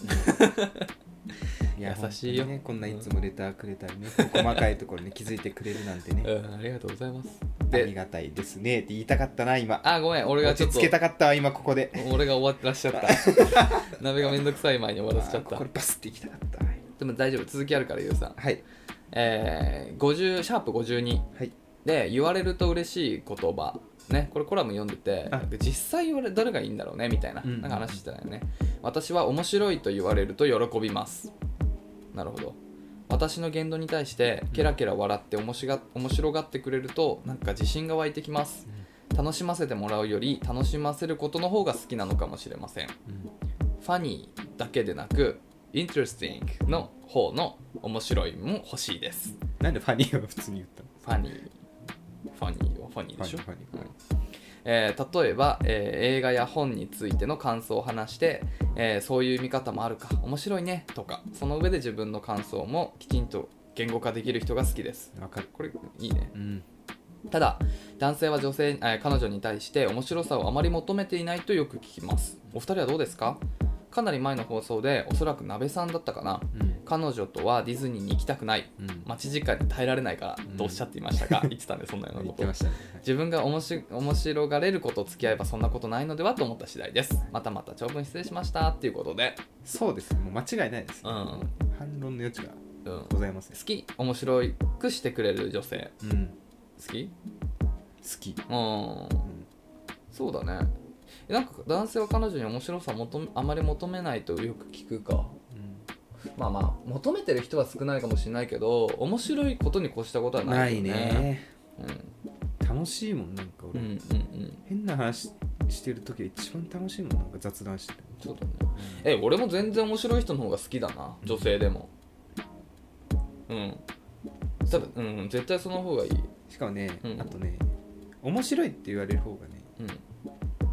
いや
優しい
本
よ
当にねこんないつもレターくれたり ね細かいところに気づいてくれるなんてね
うんありがとうござい ます
あり
で
がたいですねって言いたかったな今
あごめん俺がちょ
落
っ
ち
と
着けたかったわ今ここで
俺が終わってらっしゃった 鍋がめんどくさい前に終わらせちゃっ
あー
た
これバスって行きたかったは
でも大丈夫続きあるからゆうさん
い
えー、50シャープ52
はい
で言われると嬉しい言葉ねこれコラム読んでて
あ
実際言われどれがいいんだろうねみたいな,、
うん
なんか話してたよね私は面白いと言われると喜びますなるほど私の言動に対してケラケラ笑っておもしが面白がってくれるとなんか自信が湧いてきます楽しませてもらうより楽しませることの方が好きなのかもしれませんファニーだけでなくインテレスティングの方の面白いも欲しいです
なんでファニーは普通に言ったの
ファニーファニーはファニーでしょ
ファニーファニー
うんえー例えば、えー映画や本についての感想を話して、えーそういう見方もあるか面白いねとかその上で自分の感想もきちんと言語化できる人が好きです
わかる
これいいね
うん
ただ男性は女性、えー彼女に対して面白さをあまり求めていないとよく聞きますお二人はどうですかかなり前の放送でおそらく鍋さんだったかな
うん
彼女とはディズニーに行きたくない
うん
待ち時間に耐えられないから
うん
とおっしゃっていましたが、言ってたんでそんなような
言
こ
って
と
ましたね
自分がおもし面白がれること付き合えばそんなことないのではと思った次第ですまたまた長文失礼しましたっていうことで
そうですねもう間違いないです
う
ね
ん、うん、
反論の余地が
好
ございません
き面白くしてくれる女性
うん好
好き
き
うん
うん
そうだねえなんか男性は彼女に面白さを求めあまり求めないとよく聞くかまあまあ求めてる人は少ないかもしれないけど面白いことに越したことは
な
ない
い
よね
ね
うん
楽しいもんなんか
うんうんう
俺
ん
変な話してる時が一番楽しいもんなんか雑談してる
そうだねえ俺も全然面白い人の方が好きだな女性でもうん多分うん絶対その方がいい
しかもね
うん
あとね面白いって言われる方がね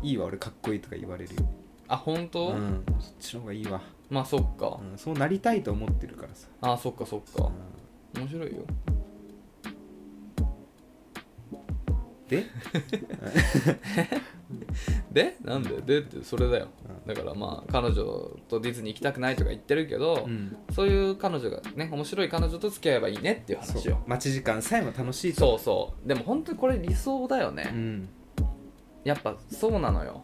うん
いいわ俺かっこいいとか言われるよ
あ本当、
うんそっちの方がいいわ
まあそっか、
うんそうなりたいと思ってるからさ
あそっかそっか面白いよ
で
でなんででってそれだよ
うん
だからまあ彼女とディズニー行きたくないとか言ってるけど、
うん
そういう彼女がね面白い彼女と付き合えばいいねっていう話
そう
よ
待ち時間さえも楽しいと
そうそうでも本当にこれ理想だよね、
うん
やっぱそうなのよ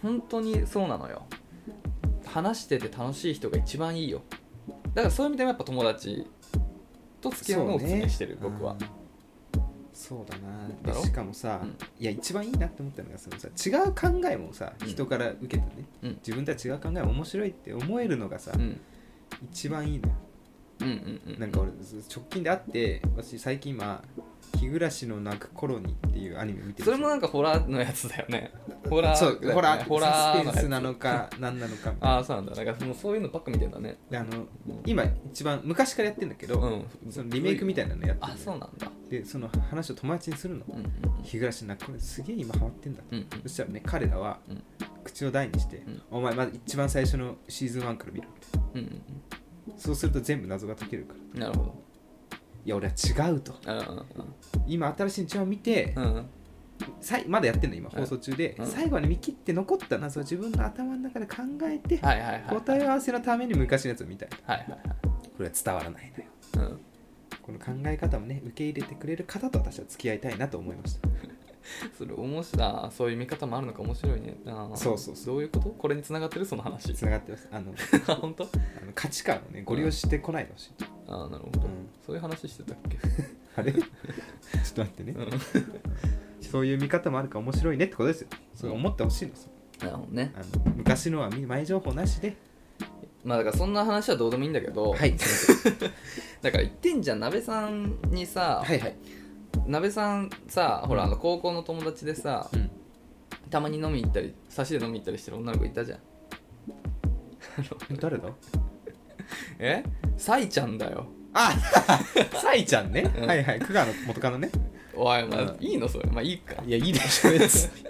本当にそうなのよ話してて楽しい人が一番いいよだからそういう意味でもやっぱ友達と付き合うのをお
そ
勧
うね
めしてる、僕は
うんそうだなで
だろ
しかもさ、
うん
いや一番いいなって思ったのがそのさ違う考えもさ
うん
人から受けてね、
うん
自分とは違う考えも面白いって思えるのがさ、
うん
一番いいのよ
うんうんうん
なんか俺直近で会って私最近今「日暮らしの泣く頃に」っていうアニメ見てる
それもなんかホラーのやつだよねホラー
そう
だよね
ホラー
ホラー
サス
の
ペンスな
やつ
のか何なのかみたいな
ああそうなんだなんかもうそういうのばっか見てんだね
であの今一番昔からやってんだけど、
うん
そのリメイクみたいなのやって
あ
る
そうなんだ
でその話を友達にするの
うんうん
日暮らしなこれすげえ今ハマってんだと、
うんうん
そしたらね彼らは
うん
口を大にして、
ん
お前まず一番最初のシーズン1から見ろって
うんうん
そうすると全部謎が解けるからい
うんなるほど
や俺は違うと
うんうん
今新しい一話を見て、
うんうん
さいまだやってんの今
うん
放送中で、
うん
最後に見切って残った謎を自分の頭の中で考えて、
はいはいはいはい
答え合わせのために昔のやつを見たいと
はいはい
これは伝わらないのよ
はいうん
この考え方もね受け入れてくれる方と私は付き合いたいなと思いました
それ面白いあーそういう見方もあるのか面白いねあー
そうそうそう
どういうことこれに繋がってるその話
つながってますあの
あ 本当
あの価値観をねご利用してこないでほしい、
ああなるほど、
うん
そういう話してたっけ
あれ ちょっと待ってね
うん
そういう見方もあるから面白いねってことですよそう思ってほしいのそう
なるほどね
あの昔のは見前情報なしで
まあだからそんな話はどうでもいいんだけど、
はいすいません
だから言ってんじゃん鍋さんにさ、
はいはい、
鍋さんさほらあの高校の友達でさ
うん、
たまに飲み行ったり差しで飲み行ったりしてる女の子いたじゃん
誰だ
えサイちゃんだよ
あサイちゃんね、
う ん
はいはい久川の元カノね
おいまあ、
うん
いいのそれまあいいか
いやいいでしょ別に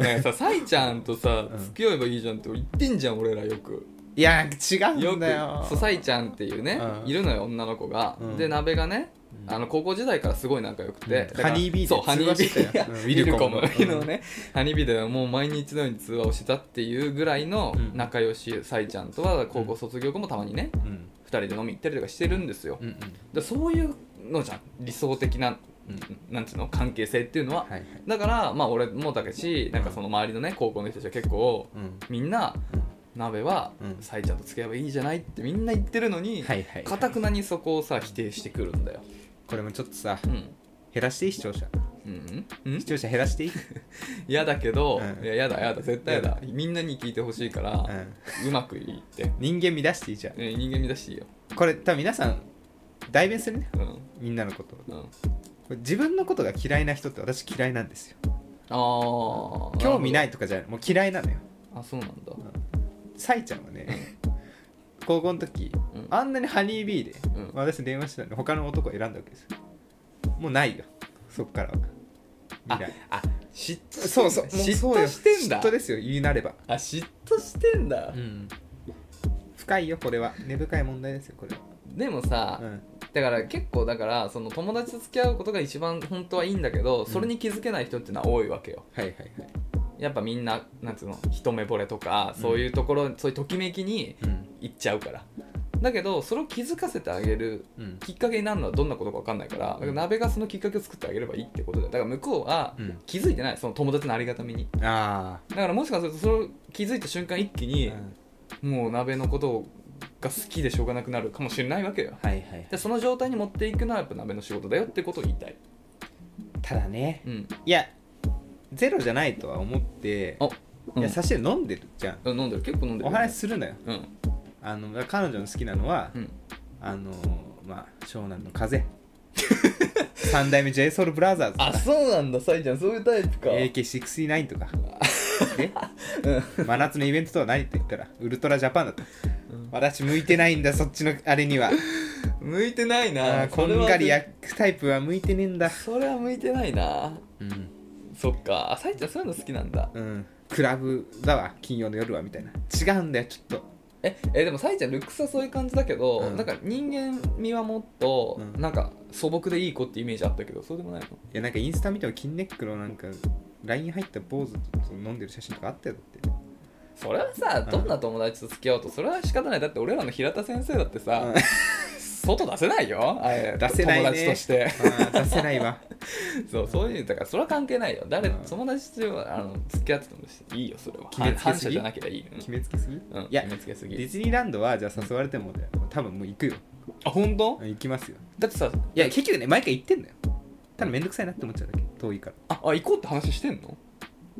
なんかさサイちゃんとさ
うん
付き合えばいいじゃんって言ってんじゃん俺らよく
いや違
よ
うんだよ
くそうサイちゃんっていうね、
うん
いるのよ女の子が、
うん
で鍋がね
うん
あの高校時代からすごい仲良くて、
うん
だから
ハニービーで
そうハニービ
通話して たよ
ー
うん
ウ
ウィ
ィ
ル
ル
コ
コ
ム
ムのね、ハニービーではもう毎日のように通話をしてたっていうぐらいの
うん
仲良しサイちゃんとは高校卒業後もたまにね
うん
2人で飲み行ったりとかしてるんですよ
うんうん
でそういうのじゃん理想的な
うん
なんていうの関係性っていうのは、
はいはい
だからまあ俺もだけしなんかその周りのね高校の人たちは結構
うん
みんな
う
鍋は
うん
サイちゃんと付き合えばいいんじゃないってみんな言ってるのに
んはいはい
かたくなにそこをさ否定してくるんだよ。
これもちょっとさ
うん
減らしていい視聴者
うんうん
視聴者減らしていい、
嫌だけど、
うん
いや嫌だ嫌だ絶対嫌だみんなに聞いてほしいから
う、ん、
うまくいって、
人間見出していいじゃん
ね人間味出していいよ、
これ多分皆さん代弁するね
うん
みんなのことこ
うん、
れ自分のことが嫌いな人って私嫌いなんですよ
ああ
興味ないいとかじゃないもう嫌いなのよ
あそうなんだ
サイちゃんはね高校の時
うん
あんなにハニービーで
うん
私電話してたのに他の男を選んだわけですよもうないよそっからは
あ
未来
あ嫉妬してんだ
そうそうもう
嫉
そうよ
妬してんだ
嫉妬ですよ言いなれば
あ嫉妬してんだ、
深いよこれは根深い問題ですよこれは
でもさ、
うん
だから結構だからその友達と付き合うことが一番本当はいいんだけどそれに気づけない人ってのは多いわけよ
はいはいはい
やっぱみんななんつうの一目惚れとかそういうところ、そういうときめきに
うん
行っちゃうからだけどそれを気づかせてあげる
うん
きっかけになるのはどんなことか分かんないからだから鍋がそのきっかけを作ってあげればいいってことだよだから向こうは
うん
気づいてないその友達のありがたみに
あ
だからもしかするとそれを気づいた瞬間一気
あ
にもう鍋のことが好きでしょうがなくなるかもしれないわけよ
はいはい
でその状態に持っていくのはやっぱ鍋の仕事だよってことを言いたい
ただね
うん
いやゼロじゃないとは思って
あうん
いや差しで飲んでるじゃん
うん飲んでる結構飲んでる
お話しするのよ
うん
あの彼女の好きなのは
うん
あのまあ湘南の風 三代目 j s o u l b r o t h e r
あそうなんだサイちゃんそういうタイプか
s AK69 とかね真夏のイベントとは何って言ったらウルトラジャパンだと
うん
私向いてないんだそっちのあれには
向いてない
あ
な
ーこんがり焼くタイプは向いてねえんだ
それは向いてないな
うん、
そっかあサイちゃんそういうの好きなんだ
うん、クラブだわ金曜の夜はみたいな違うんだよちょっと
ええでもサイちゃんルックスはそういう感じだけど、
うん
なんか人間味はもっと、
うん
なんか素朴でいい子ってイメージあったけどそうでもないの
いやなんかインスタ見ても金ネックのなんか LINE 入った坊主と飲んでる写真とかあったよだって
それはさ
うん
どんな友達と付き合おうとそれは仕方ないだって俺らの平田先生だってさ、
うん
外出せないよあれ
出せないね
友達として
あー出せないわ
そうそういうだからそれは関係ないよ誰、
うん
友達とはあの付き合っててもいいよそれは
決めつけすぎ
反射じゃなきゃいい、うん
決めつけすぎ、
うん、
いや
決めつけす
ディ
ぎ
ズニーランドはじゃあ誘われても多分もう行くよ
あ本当
行きますよ
だってさ
いや結局ね毎回行ってんだよただめんどくさいなって思っちゃうだけ遠いか
ああ行こうって話してんの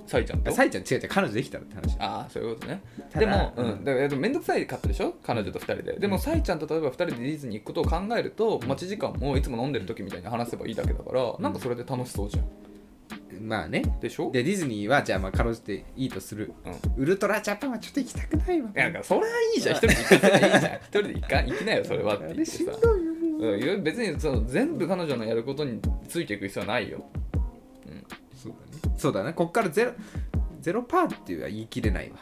サイちゃんと
らさいちゃん違う違う彼女できたらって話
ああそういうことね
ただ
でも、う
うん
ん、だからでも面倒くさいかったでしょ彼女と2人ででも、
うん
サイちゃんと例えば2人でディズニー行くことを考えると
うん
待ち時間もいつも飲んでる時みたいに話せばいいだけだから、なんかそれで楽しそうじゃん
まあね
でしょ
でディズニーはじゃあまあ彼女でいいとする
うん、い
ウルトラジャパンはちょっと行きたくないわ
やだからそれはいいじゃん1人で行かせりゃいいじゃん一人で行か行きなよそれはって
あ
言
れ
って
しん
さ
どいよもう
うんいや、別にその全部彼女のやることについていく必要はないよ、
そうだねそうだねこっからゼロゼロパーっていうは言い切れないわ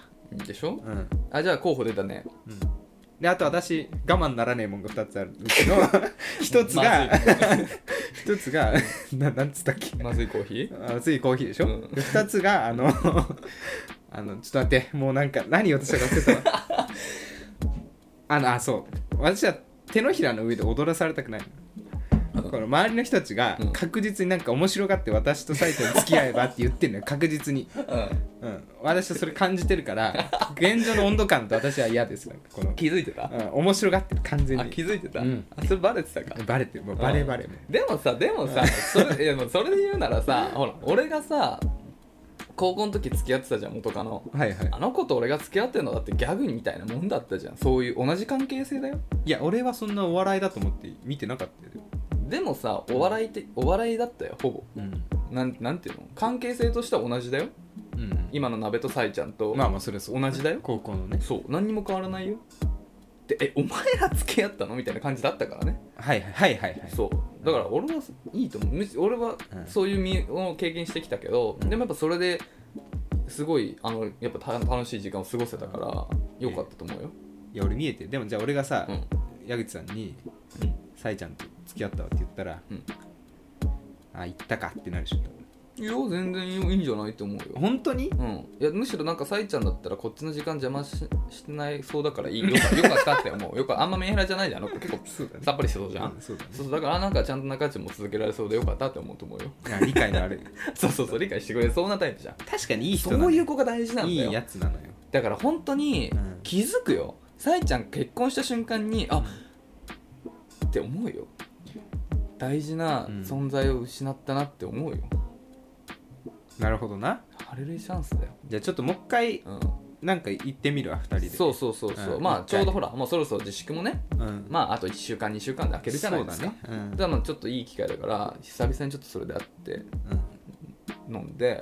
でしょ
うん
あじゃあ候補出たね
うんであと私我慢ならねえもんが2つあるんですけ ど一つが
まずい
一つがななんつったっけ
まずいコーヒー
あ次コーヒーでしょ、
うん
で二つがあの あのちょっと待ってもうなんか何言おうとしたか忘れたわあのあそう私は手のひらの上で踊らされたくないの
うん
から周りの人たちが
うん
確実になんか面白がって私とサイトに付き合えばって言ってるのよ確実に、
うん
うん、私はそれ感じてる から現状の温度感と私は嫌ですなんかこの、
気づいてた
うん、面白がってる完全
あ
に
気づいてた、
うん
あそれバレてたか
バレてるもうバレバレもう
でもさでもさそ れいやもうそれで言うならさほら俺がさ高校の時付き合ってたじゃん元カノ
はいはい
あの子と俺が付き合ってんのだってギャグみたいなもんだったじゃんそういう同じ関係性だよ
いや俺はそんなお笑いだと思って見てなかったよ、
でもさお笑いってお笑いだったよほぼ
うん
なんなんていうの関係性としては同じだよ
うん、
今の鍋とサイちゃんと、
まあまあそれはそう
同じだよ
高校のね
そう何にも変わらないよでえお前ら付き合ったのみたいな感じだったからね
はいはいはいはいはい
そうだから俺はいいと思うむし俺は
うん
そういう身を経験してきたけど、
うん
でもやっぱそれですごいあのやっぱた楽しい時間を過ごせたから
うん
よかったと思うよ、
いや俺見えてるでもじゃあ俺がさ、
うん
矢口さんに
うん
「さいちゃんと付き合ったわ」って言ったら「
うん
あ行ったか」ってなるでしょ
いや全然いいいいんじゃないと思うよ
本当に
うん、いやむしろなんかサイちゃんだったらこっちの時間邪魔ししてないそうだからいいよかよかったって思うよかあんまメンヘラじゃないじゃ んあの子結構
そうだね
さっぱりしてそうじゃん、
うんそうだね
そうそうだからなんかちゃんと仲良しも続けられそうでよかったって思うと思うよ
いや理解のある
そうそうそう理解してくれそうなタイプじゃん
確かにいい人
そういう子が大事なん
い
だよ
いやつなのよ
だから本当に
うん
気づくよさえちゃん結婚した瞬間にあって思うよ大事な
うん
存在を失ったなって思うよ
なるほどな
あれでチャンスだよ、
じゃあちょっともう一回
う
なんか行ってみるわ2人で
ん、そうそうそうそう、
うん
まあ
一
ち
回
ょうどほらもうそろそろ自粛もね
うん
まああと1週間2週間で開けるじゃないですか
そうだねうん
だからまあちょっといい機会だから久々にちょっとそれで会って
うん
飲んで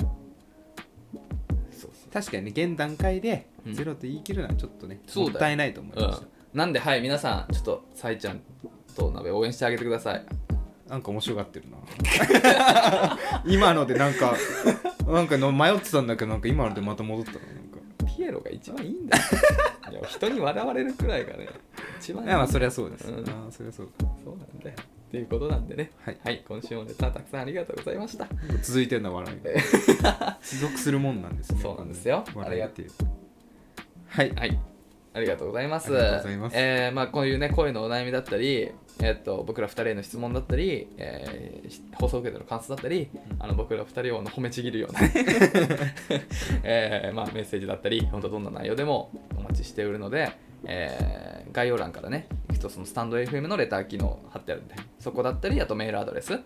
そうそう
確かにね現段階で
うん
ゼロと言い切るのはちょっとね
そう
も
だよ
ったいないと思いまし
うん、なんではい皆さんちょっとさいちゃんと鍋応援してあげてください
たなんか面白がってるな今のでなんかなんかの迷ってたんだけどなんか今のでまた戻ったのなんか
ピエロが一番いいん だよいや人に笑われるくらいがね一番いい
いやまあそりゃそうです、
うん
ああそりゃそう
そうなんだよっていうことなんでね
はい
はい、今週もネタたくさんありがとうございました
続いてるのは笑いが持続するもんなんですね
そうなんですよ
笑いっていうはい
はいありがとうございます
ありがとうございます
えーまあ、こういうね声のお悩みだったり、えっと僕ら2人への質問だったり、えーし放送受けての感想だったり、あの僕ら2人をの褒めちぎる ような、 ねえーまあ、メッセージだったり本当どんな内容でもお待ちしておるので、えー概要欄からね行くとそのスタンド FM のレター機能貼ってあるんでそこだったりあとメールアドレス、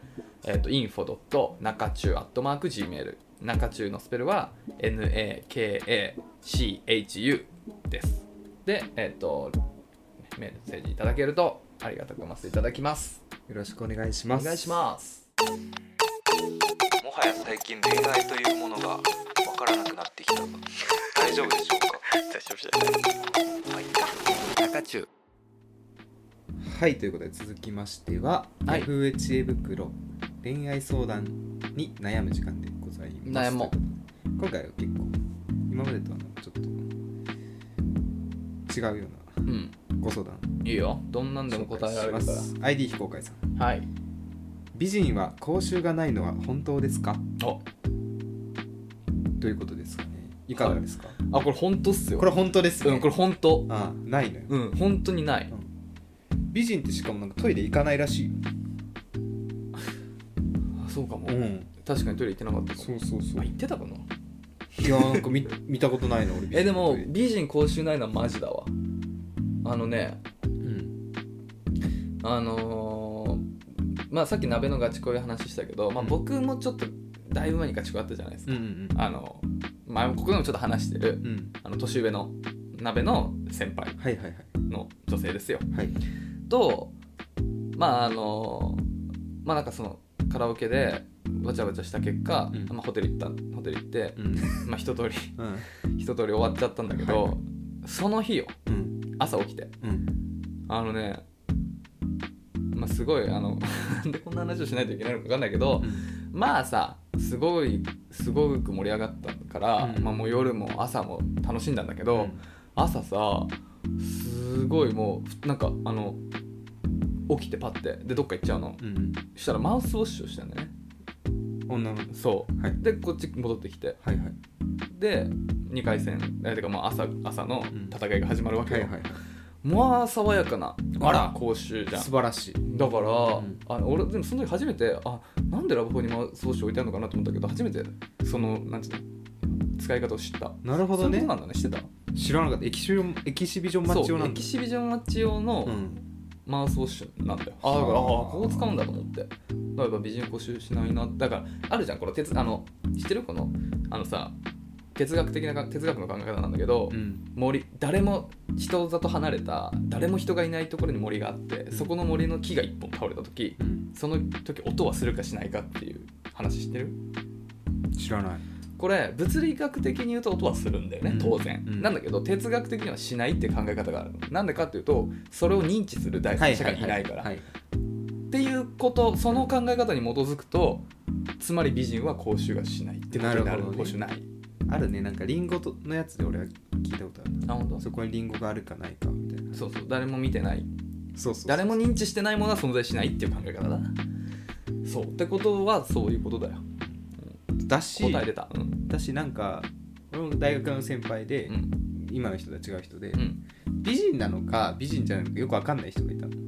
えっと info.nakachu.gmail 中中のスペルは NAKACHU ですで、えっ、と、メッセージいただけると、ありがたく読ませていただきます。
よろしくお願いし
お
ます
願いします。
もはや最近恋愛というものがわからなくなってきた大丈夫でしょうか大丈夫じゃないはい中中
はいということで続きましては、
はい
FA 知恵袋恋愛相談に悩む時間でございます
悩も
今回は結構今までとはなんかちょっと違うよう
うん、
なご相談
いいよ。どんなんでも
紹
答
介
えら
し
れ
ま
るか
す ID 非公開さん
ら。はい。
美人は口臭がないのは本当ですか
あ、
ということですかねいかがですか、
あ、これ本当っすよ。
これ本当ですね、
うん、これ本当。
ああないのよ
うん、本当にない。
美人ってしかもなんかトイレ行かないらしいよ
あ、そうかも。
ん
確かにトイレ行ってなかったか
そ
も。
うそうそ
あ、
う
行ってたかない
やーなんか見見たことないな俺美人
え、で
の
も
トイ、レ
美人公衆ないのはマジだわ。あのね、
うん
あのー、まあさっき鍋のガチ恋話したけど、まあ、僕もちょっと、だいぶ前にガチ恋あったじゃないです
うん
か。
うん
あの、まあ、ここでもちょっと話してる、
うんうん
あの年上の鍋の先輩
はいはいはい
の女性ですよ
はい
とまああのまあなんかそのカラオケでわちゃわちゃした結果、
うん
まあ、ホテル行ったホテル行って、
うん
まあ一通り
うん
一通り終わっちゃったんだけど、
はい
その日よ
うん
朝起きて
うん
あのねまあすごいあの なんでこんな話をしないといけないのか分かんないけど、まあさすごいすごく盛り上がったから、
うん
まあ、もう夜も朝も楽しんだんだけど、朝さすごいもうふなんかあの起きてパッてでどっか行っちゃうの
うん
したらマウスウォッシュをしたんだよね
女の
そ
はいう
でこっち戻ってきて
はいはい
で2回戦えてかまあ朝朝の戦いが始まるわけ
は
よ、
いはいはい
まあ爽やかな
あら
講習じゃん
素晴らしい
だから、
ん
あの俺でもその時初めてあなんでラブホに魔装置置いてあるのかなと思ったけど初めてそのなんていうの使い方を知った
なるほど
そういうこと
ね
なんだねしてた
知らなかったエキシビジョンエキシビジョンマッチ用
そう
な
エ
んだ
キシビジョンマッチ用の
うん
マウスウォッシュなんだよあだからあ
はあ
こう使うんだと思ってだからやっぱ美人を募集しないなだからあるじゃんこの哲あの知ってるこのあのさ哲学的なか哲学の考え方なんだけど、
うん
森誰も人里離れた誰も人がいないところに森があってそこの森の木が一本倒れた時
うん
その時音はするかしないかっていう話知ってる
知らない
これ物理学的に言うと音はするんだよね
うん
当然、
うん
なんだけど哲学的にはしないっていう考え方があるなんでかっていうとそれを認知する
は
第三者がいないから、
ははい
っていうことその考え方に基づくとつまり美人は講習がしないってことにな
な
る
るほどね
講習ない
あるねなんかリンゴとのやつで俺は聞いたことある
あ本当
そこにリンゴがあるかないかみたいな
そうそう誰も見てない
そうそうそう
誰も認知してないものは存在しないっていう考え方だなそうってことはそういうことだよ
だし
答え出たうん
だしなんか俺も大学の先輩で、
うん
今の人とは違う人で、
うん
美人なのか美人じゃないのかよくわかんない人がいたの
どう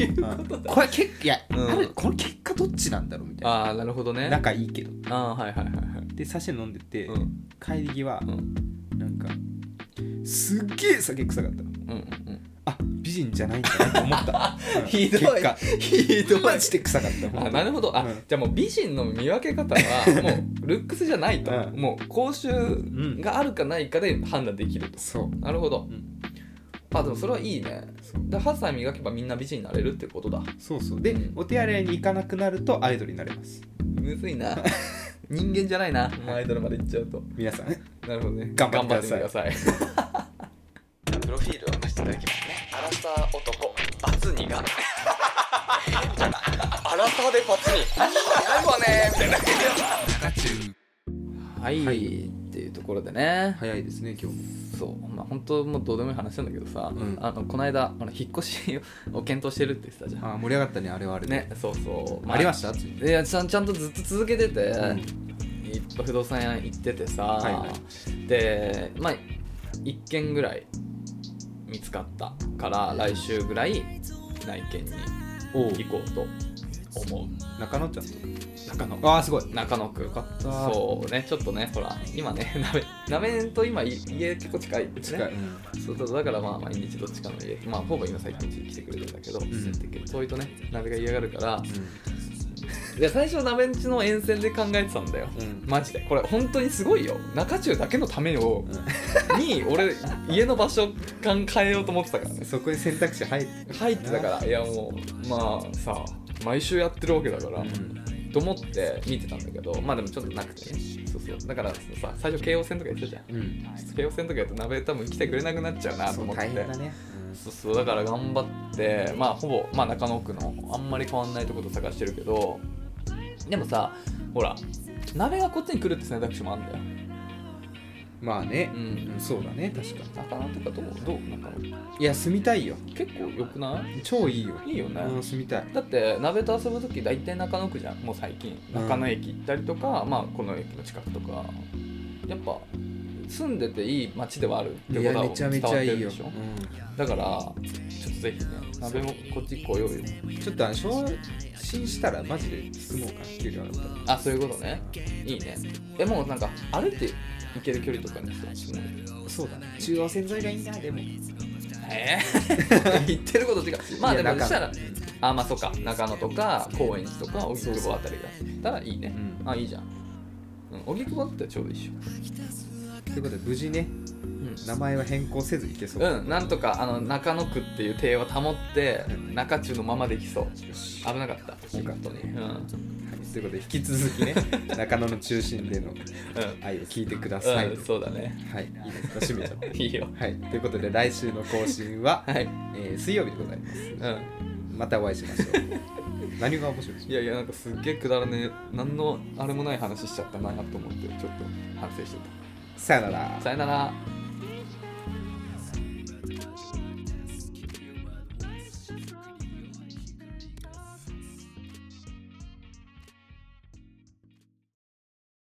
いう
うんこれ結構いや、
うん
あれこれ結果どっちなんだろうみたい
ああなるほど
な
ね
仲いいけど
ああはいはいはいはい
でサシェ飲んでて、
うん
帰り際
うん
なんかすっげえ酒臭かったの
うんうん
あ美人じゃないんだなと思 った、うん
ひどい
結果
ひどい
マジで臭かった
あなるほどあ、
うん
じゃあもう美人の見分け方はもうルックスじゃないと、
うん
もう口臭
ん
があるかないかで判断できると、
そう、
なるほど
うん
あでもそれはいいねで8歳磨けばみんな美人になれるってことだ
そうそうで、
うん
お手洗いに行かなくなるとアイドルになれます
むず いな人間じゃないなもうアイドルまで行っちゃうと
皆さん
なるほどね
頑張ってくだ
さいプロフィールを出していただきますねアラサー男バツニ がアラサーでバツニないわねみたいなはい、っていうところでね、
早いですね今日も
そうまあ本当もうどうでもいい話なんだけどさ、
うん
あのこの間あの引っ越しを検討してるって言ってたじゃん
あー盛り上がったねあれはあれで
ねそうそう、
ありましたた
いやちゃんちゃんとずっと続けて
ん
て、いっぱい不動産屋行っててさ、
はいは
でまあ1軒ぐらい見つかったから来週ぐらい内見に
お
行こうと思う
中野ちゃんと
中野
ああすごい
中野区
かった
そうねちょっとねほら今ね なめなめと今い家結構近いんですね
近い、うん
そうそうだからまあ毎日どっちかの家まあほぼ今最近来てくれるんだけど、そういうとね鍋が嫌がるからいや最初鍋んちの沿線で考えてたんだよ
うん
マジでこれ本当にすごいよ中中だけのためをに俺家の場所感変えようと思ってたからね
そこに選択肢入って
入ってたからいやもうまあさ毎週やってるわけだから、と思って見てたんだけどまあでもちょっとなくてねそうそうだからさ最初京王線とかやってたじゃん
うん
京王線とかやると鍋多分来てくれなくなっちゃうなと
そう
思って
大変だね
そうそうだから頑張ってまあほぼ、まあ、中野区のあんまり変わんないとこと探してるけどでもさほら鍋がこっちに来るって選択肢もあるんだよ
まあね
う
うんんそうだね確か
中野とかどうどう中野
いや住みたいよ
結構良くない
超いいよ
いいよね、
うん住みたい
だって鍋と遊ぶ時大体中野区じゃんもう最近
うん
中野駅行ったりとか、まあこの駅の近くとかやっぱ住んでていい街ではあるって
い
こ
や
とは
めちゃめ
伝
ち
わっ
ゃ
て
い
る
いよ
でしょ
う
だからちょっとぜひね鍋もこっち来ようよ
んちょっとあの昇進したらマジで住もうか給料上がったら
あそういうことねいいねえもうなんか歩いて行ける距離とかにしても
そうだね中央線沿いがいいなでも
えー言ってること違うまあでも
いや
そしたら
中野
あまあそうか中野とか高円寺とか荻窪あたりがたらいいね、
うん
あいいじゃんうん荻窪、だったらちょうどいいっしょ
ということで無事ね
うん
名前は変更せずいけそう
うん、なんとかあの中野区っていう体を保って中中のままできそう危なかった
よかった
ねうん、うん、
はいということで引き続 きね中野の中心での愛を聞いてください、
うんそうだね
はいいいですか締めちゃって
いいよ
はい、ということで来週の更新は、
はい
えー水曜日でございます。
うん
またお会いしましょう。何が面白いです
いやいやなんかすっげえくだらねえ何のあれもない話しちゃったなと思ってちょっと反省して
さよなら
た。さよなら
「